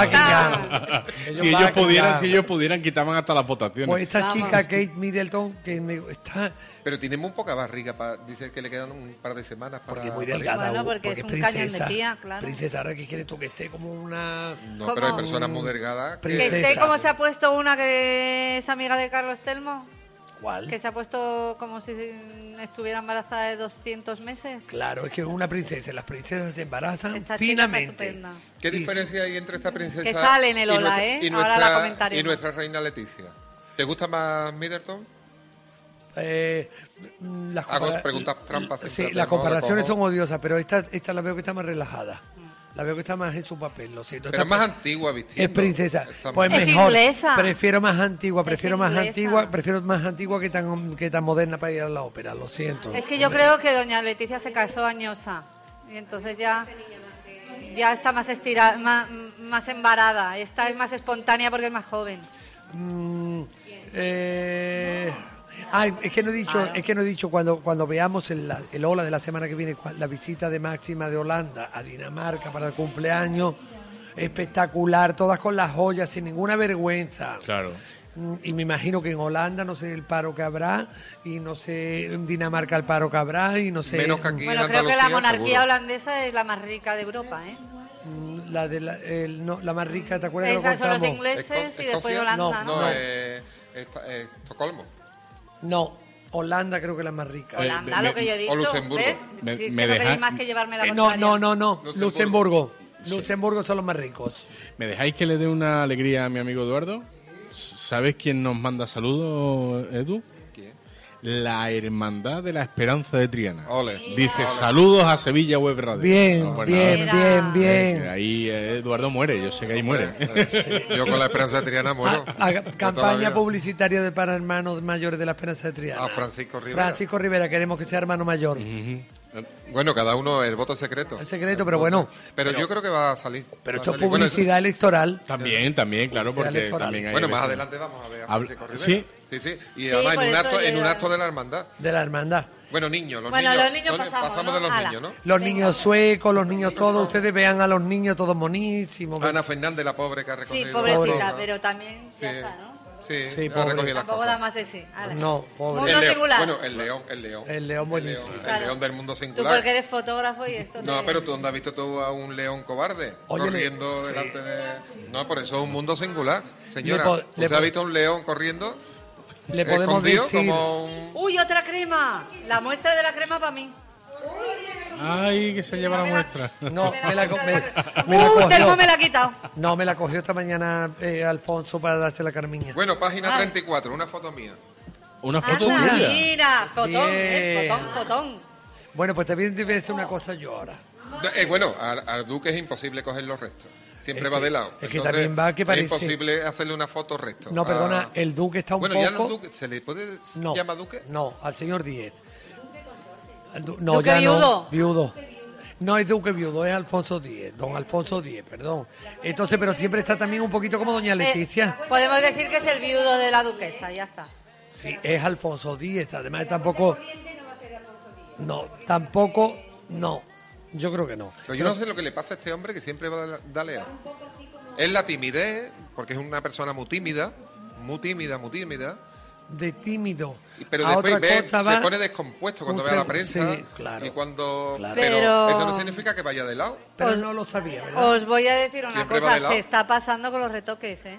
S3: atacan.
S5: Ellos
S3: si ellos
S5: atacan.
S3: pudieran, si ellos pudieran, quitaban hasta las votaciones.
S5: Pues esta chica Kate Middleton que me está
S7: Pero tiene muy poca barriga. pa- dice que le quedan un par de semanas para.
S5: porque es muy delgada,
S6: Bueno,
S5: uh,
S6: porque es un cañón de tía, claro.
S5: Princesa, ahora que quiere tú que esté como una
S7: No, pero hay personas muy delgadas. que-
S6: Que esté como se ha puesto una que es amiga de Carlos Telmo,
S5: ¿Cuál?
S6: que se ha puesto como si estuviera embarazada de 200 meses.
S5: Claro, es que es una princesa, las princesas se embarazan
S6: Esta chica está
S5: finamente.
S6: estupenda.
S7: ¿Qué diferencia hay entre esta princesa
S6: Que sale en el Ola, ¿eh?
S7: y
S6: Ahora la
S7: nuestra-
S6: comentaremos.
S7: Y nuestra reina Leticia. ¿Te gusta más Middleton?
S5: Eh, mm, las
S7: Hago
S5: compara-
S7: preguntas Ah, trampas
S5: Sí,
S7: siempre,
S5: las
S7: ¿no?
S5: comparaciones
S7: Recojo.
S5: son odiosas, pero esta, esta la veo que está más relajada. La veo que está más en su papel, lo siento.
S7: Pero es
S5: Esta-
S7: más antigua, ¿viste?
S5: Es princesa.
S7: Está
S5: Pues
S7: más-
S6: Es
S5: mejor.
S6: inglesa.
S5: Prefiero más antigua, prefiero más
S6: inglesa.
S5: antigua, prefiero más antigua que tan que tan moderna para ir a la ópera, lo siento.
S6: Es que yo creo que doña Leticia se casó añosa y entonces ya ya está más estirada, más, más embarada. Esta es más espontánea porque es más joven.
S5: Mm, eh, ah, es que no he dicho, es que no he dicho cuando cuando veamos el, el ola de la semana que viene cua- la visita de Máxima de Holanda a Dinamarca para el cumpleaños espectacular, todas con las joyas sin ninguna vergüenza.
S3: Claro.
S5: Mm, Y me imagino que en Holanda no sé el paro que habrá y no sé en Dinamarca el paro que habrá y no sé
S7: Menos que aquí. Y en
S6: Bueno, creo que la
S7: Andalucía,
S6: monarquía
S7: seguro.
S6: holandesa es la más rica de Europa, ¿eh?
S5: mm, la de la, el- no, la más rica, ¿te acuerdas que lo
S6: Esas son los
S5: contamos?
S6: ingleses y
S7: Esco-
S6: después
S7: Escocia.
S6: Holanda,
S5: No,
S6: ¿no?
S7: No,
S5: no.
S7: eh, esta- eh, Estocolmo.
S5: No, Holanda creo que es la más rica.
S3: Eh,
S6: Holanda,
S3: me-
S6: lo que yo he
S7: o
S6: dicho.
S7: Luxemburgo.
S6: ¿ves?
S3: Me-
S6: Si es
S3: me
S6: que no
S3: deja-
S6: tenéis más que llevarme la
S5: Eh, no,
S6: contraria.
S5: no, no, no.
S7: Luxemburgo.
S5: Luxemburgo. Luxemburgo son los más ricos.
S3: ¿Me dejáis que le dé una alegría a mi amigo Eduardo? ¿Sabes quién nos manda saludos, Edu?
S7: ¿Quién?
S3: La Hermandad de la Esperanza de Triana.
S7: Ole.
S3: Dice saludos a Sevilla Web Radio.
S5: Bien,
S3: Ah, bueno,
S5: bien,
S3: eh,
S5: bien,
S3: que
S5: bien.
S3: Ahí eh, Eduardo muere, yo sé que ahí muere.
S5: [laughs]
S7: Yo con la esperanza de Triana muero.
S5: A- a-
S7: De toda la
S5: Ah, campaña
S7: vida.
S5: publicitaria de para hermanos mayores de la Esperanza de Triana.
S7: A Ah, Francisco Rivera.
S5: Francisco Rivera, queremos que sea hermano mayor.
S7: Bueno, cada uno el voto es secreto.
S5: Es secreto, pero bueno.
S7: Pero, yo creo que va a salir.
S5: Pero esto
S7: Va a
S5: es
S7: salir. Ah, Bueno,
S5: publicidad electoral.
S3: [laughs] También, también, claro,
S5: Publicidad
S3: porque
S5: electoral.
S3: también hay
S7: Bueno, más
S3: veces-
S7: adelante vamos a ver a
S3: Habl-
S7: Francisco Rivera.
S3: ¿Sí?
S7: sí, sí. Y
S6: Sí,
S7: además
S6: por
S7: en un,
S6: eso
S7: acto,
S6: yo
S7: en un
S6: iba-
S7: acto de la hermandad.
S5: de la hermandad.
S7: Bueno, niños, los
S6: Bueno,
S7: niños.
S6: los niños pasamos, ¿no?
S7: de los
S6: Ala.
S7: niños, ¿no?
S5: Los niños suecos, los niños todos. Ustedes vean a los niños todos monísimos.
S7: Ana Fernández, la pobre que ha
S6: Sí,
S7: recogido.
S6: pobrecita,
S7: Pobre.
S6: pero también
S7: Sí.
S6: ya está, ¿no?
S7: Sí,
S5: Sí,
S7: ha
S5: pobre.
S7: recogido las
S6: Tampoco da
S7: cosas.
S6: más de sí. Ala.
S5: No, pobre.
S6: Mundo
S7: león,
S6: singular.
S7: bueno, el león, el león.
S5: El león buenísimo.
S7: El león,
S6: Claro.
S7: del mundo
S6: Tú
S7: singular.
S6: porque eres fotógrafo y esto...
S7: No,
S6: te-
S7: pero tú dónde has visto tú a un león cobarde
S5: Oye, le-
S7: corriendo
S5: sí.
S7: delante de. No, por eso es un mundo singular. Señora,
S5: Le po-
S7: ¿usted
S5: le po-
S7: ha visto a un león corriendo?
S5: Le podemos
S7: escondido
S5: decir.
S7: como un-
S6: ¡Uy, otra crema! La muestra de la crema para mí.
S3: Ay, que se lleva la muestra.
S5: No, me la, co- me- me la
S6: ¡Uh, Telmo
S5: cogió.
S6: me la ha quitado!
S5: No, me la cogió esta mañana eh, Alfonso para dársela a Carmiña.
S7: Bueno, página 34, una foto mía.
S6: Ah,
S3: Una foto
S6: Anda,
S3: tuya.
S6: mira, fotón, eh,
S5: Bien.
S6: fotón, fotón.
S5: Bueno, pues también te voy a decir una cosa yo ahora.
S7: Eh, bueno, al, al duque es imposible coger los restos. Siempre
S5: Es
S7: va
S5: que-
S7: de lado.
S5: es que también va que parece-
S7: Es imposible hacerle una foto resto.
S5: No,
S7: Ah,
S5: perdona, el duque está un
S7: bueno, ya no
S5: poco-
S7: es duque. ¿Se le puede
S5: No.
S7: llamar duque?
S5: No, al señor Díez. Al du- no,
S6: ¿Duque
S5: ya
S6: viudo?
S5: no. Viudo. No es Duque Viudo, es Alfonso Díez, don Alfonso Díez, perdón. Entonces, pero siempre está también un poquito como doña Leticia.
S6: Eh, podemos decir que es el viudo de la duquesa, ya está.
S5: Sí, es Alfonso Díez, además tampoco... No, tampoco, no, yo creo que no.
S7: Pero yo no sé lo que le pasa a este hombre que siempre va de la- de lado. Es la timidez, porque es una persona muy tímida, muy tímida, muy tímida.
S5: De tímido.
S7: y- Pero
S5: a
S7: después
S5: otra
S7: ve-
S5: cosa
S7: se
S5: va-
S7: pone descompuesto cuando
S5: un
S7: ve a la
S5: seg-
S7: prensa.
S5: sí, claro.
S7: Y cuando...
S5: Claro.
S7: Pero,
S6: Pero-
S7: eso no significa que vaya de lado.
S5: Pero no lo sabía, ¿verdad?
S6: Os voy a decir una
S7: Siempre va
S6: cosa,
S7: de lado.
S6: se está pasando con los retoques, ¿eh?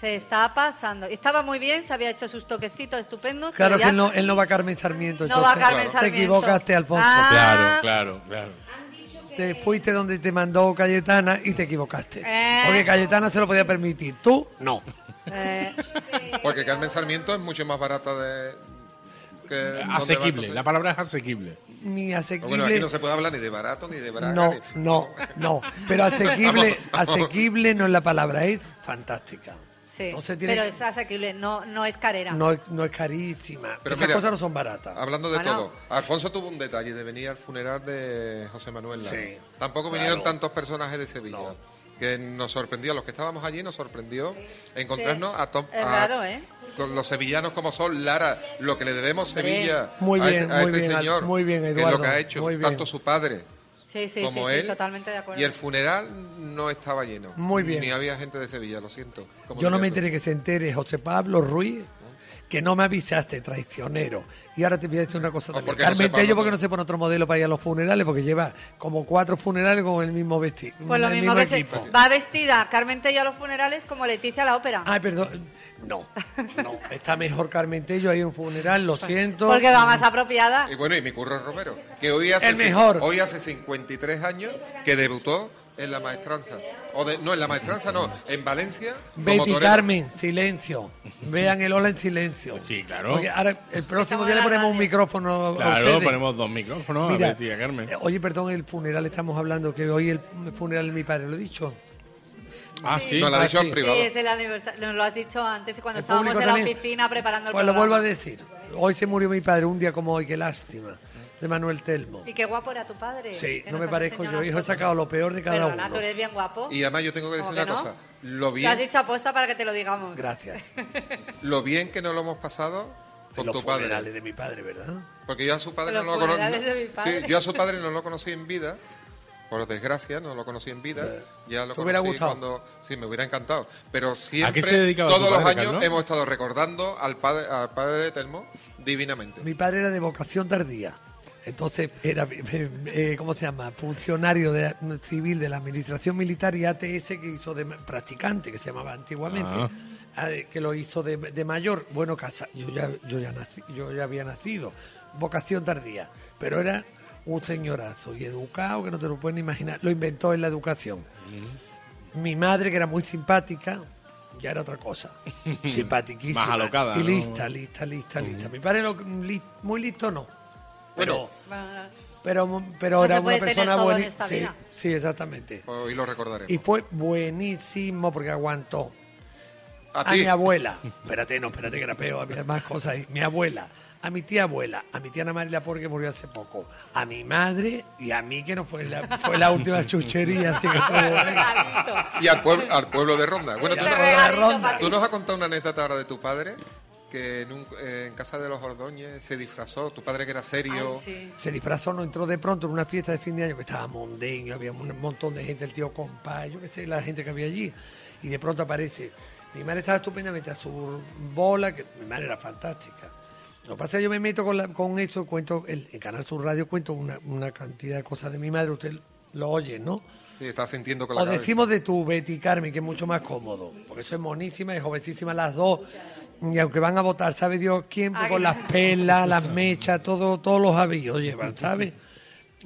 S6: Se está pasando. Estaba muy bien, se había hecho sus toquecitos estupendos.
S5: Claro
S6: pero
S5: que
S6: ya
S5: él no, él no va a Carmen Sarmiento.
S6: no va
S5: entonces.
S6: Carmen Sarmiento.
S5: Te equivocaste, Alfonso.
S6: Ah,
S3: Claro, claro, claro.
S5: Te fuiste donde te mandó Cayetana y te equivocaste.
S6: Eh.
S5: Porque Cayetana se lo podía permitir. Tú, no.
S6: eh,
S7: Porque Carmen Sarmiento es mucho más barata de...
S5: Eh,
S7: que-
S3: Asequible,
S7: ¿dónde
S3: la
S7: va?
S3: palabra es asequible.
S5: Ni asequible.
S7: Bueno, aquí no se puede hablar ni de barato ni de barato.
S5: no, no, no. Pero asequible,
S7: [laughs]
S5: asequible no es la palabra, es fantástica.
S6: sí,
S5: Entonces tiene-
S6: pero es asequible, no, no es carera.
S5: no, es- no es carísima.
S7: Pero
S5: Esas
S7: mira,
S5: cosas no son baratas.
S7: Hablando de
S6: Bueno.
S7: todo, Alfonso tuvo un detalle de venir al funeral de José Manuel Lara.
S5: Sí,
S7: Tampoco
S5: claro.
S7: vinieron tantos personajes de Sevilla. Que nos sorprendió, a los que estábamos allí nos sorprendió encontrarnos
S6: Sí.
S7: a Tom.
S6: Es
S7: a-
S6: raro, ¿eh?
S7: Con los sevillanos como son, Lara, lo que le debemos
S6: Hombre.
S7: Sevilla
S5: Muy
S7: a
S5: bien,
S7: este- a,
S5: muy
S7: este
S5: bien, Al-
S7: señor.
S5: muy bien,
S7: que es
S5: Eduardo,
S7: lo que ha hecho,
S5: muy bien.
S7: tanto su padre.
S6: Sí, sí,
S7: como
S6: sí, sí,
S7: él.
S6: totalmente de acuerdo.
S7: Y el funeral no estaba lleno.
S5: Muy bien.
S7: Ni había gente de Sevilla, lo siento. Como
S5: Yo no me
S7: diría tú.
S5: enteré que se entere José Pablo Ruiz, que no me avisaste, traicionero. Y ahora te voy a decir una cosa también.
S7: porque José
S5: Carmen Tello,
S7: Pablo
S5: porque
S7: no-
S5: no se pone otro modelo para ir a los funerales, porque lleva como cuatro funerales con el mismo vestido.
S6: Pues lo
S5: el
S6: mismo que se-
S5: equipo.
S6: va vestida Carmen Tello a los funerales como Leticia a la ópera.
S5: Ay, perdón. No, no. Está mejor Carmen Tello ahí en un funeral, lo siento.
S6: Porque va más apropiada.
S7: Y bueno, y mi curro Romero, que hoy hace,
S5: El mejor.
S7: hoy hace 53 años que debutó en la maestranza. O de- no, en la maestranza no, en Valencia. como
S5: Betty
S7: torero.
S5: Carmen, silencio. Vean el hola en silencio.
S3: Sí, claro.
S5: Porque ahora el próximo
S6: Estamos
S5: día le
S6: en la
S5: ponemos un
S6: radio.
S5: micrófono. a
S3: Claro,
S5: ustedes.
S3: ponemos dos micrófonos
S5: Mira,
S3: a Betty y a Carmen.
S5: eh, Oye, perdón, el funeral estamos hablando, que hoy el funeral de mi padre, lo he dicho.
S3: Ah, sí.
S7: Nos la ha dicho
S5: Ah,
S7: en
S5: sí.
S6: Sí,
S7: privado.
S6: es el aniversario. Nos lo has dicho antes cuando
S5: El
S6: estábamos
S5: público
S6: en la
S5: también.
S6: oficina preparando el
S5: Pues lo vuelvo
S6: programa.
S5: a decir. Hoy se murió mi padre, un día como hoy, qué lástima. De Manuel Telmo.
S6: Y qué guapo era tu padre.
S5: Sí,
S6: que
S5: no
S6: nos
S5: me
S6: has
S5: parezco
S6: enseñado
S5: yo. Hijo, he
S6: unas
S5: sacado lo peor de
S6: fotos.
S5: cada
S6: Perdona, tú
S5: uno.
S6: eres bien guapo.
S7: Y además yo tengo que decir
S6: ¿Cómo
S7: una
S6: que no?
S7: cosa. Lo
S6: Lo has
S7: bien,
S6: dicho aposta para que te lo digamos.
S5: Gracias.
S7: lo bien que nos lo hemos pasado
S5: En
S7: con
S5: los
S7: tu padre.
S5: funerales de mi padre, ¿verdad?
S7: Porque yo a su padre
S6: Los
S7: no lo cono-
S6: funerales de mi
S7: Sí,
S6: padre.
S7: yo a su padre no lo conocí en vida. Por desgracia, no lo conocí en vida. Ya lo
S5: ¿Te hubiera
S7: conocí
S5: gustado?
S7: cuando sí me hubiera encantado, pero siempre
S3: se dedicaba tu
S7: todos los
S3: padre,
S7: años
S3: Carlos?
S7: hemos estado recordando al padre al padre de Telmo divinamente.
S5: Mi padre era de vocación tardía. Entonces era, eh, eh, ¿cómo se llama? Funcionario de la- civil de la administración militar y ATS que hizo de ma- practicante, que se llamaba antiguamente, Ah, eh, que lo hizo de, de mayor. Bueno, casa, yo ya, yo, ya nací- yo ya había nacido. Vocación tardía. Pero era un señorazo y educado que no te lo pueden imaginar. Lo inventó en la educación. Mi madre, que era muy simpática, ya era otra cosa. Simpatiquísima.
S3: Más alocada,
S5: Y
S3: ¿no?
S5: lista, lista, lista, lista. Mi padre lo- li- muy listo no. Pero, [laughs]
S6: Bueno,
S5: pero, pero
S6: No
S5: era
S6: se puede
S5: una persona
S6: tener todo en
S5: buena.
S6: esta
S5: Sí,
S6: vida.
S5: sí, exactamente.
S7: Hoy lo recordaremos.
S5: Y fue buenísimo porque aguantó.
S7: a
S5: A
S7: ti.
S5: mi abuela. Espérate, no, espérate que rapeo. Había más cosas ahí. Mi abuela. A mi tía abuela. A mi tía Ana María Laporte que murió hace poco. A mi madre y a mí que no fue la, fue la última chuchería. así que estuvo
S6: [laughs]
S5: bueno.
S7: Y al pueblo, al pueblo de Ronda. Bueno, tú,
S5: Este
S7: nos-
S5: regalito
S7: Ronda.
S5: para ti.
S7: Tú nos has contado una anécdota ahora de tu padre, que en, un- eh, en casa de los Ordóñez se disfrazó, tu padre que era serio.
S6: sí.
S5: se disfrazó, no entró de pronto en una fiesta de fin de año que estaba mondeño, había un montón de gente, el tío compa, yo qué sé, la gente que había allí. Y de pronto aparece. Mi madre estaba estupendamente a su bola, que mi madre era fantástica. Lo que pasa es que yo me meto con, la- con eso, cuento, el, en Canal Sur Radio cuento una, una cantidad de cosas de mi madre, usted lo oye, ¿no?
S7: Sí, está sintiendo con la
S5: O
S7: cabeza.
S5: decimos de tu Betty Carmen, que es mucho más cómodo, porque eso es monísima y jovencísima las dos. Y aunque van a votar, sabe Dios quién,
S6: Ah,
S5: con
S6: que-
S5: las pelas, las mechas, todo, todos los avíos llevan, ¿sabes?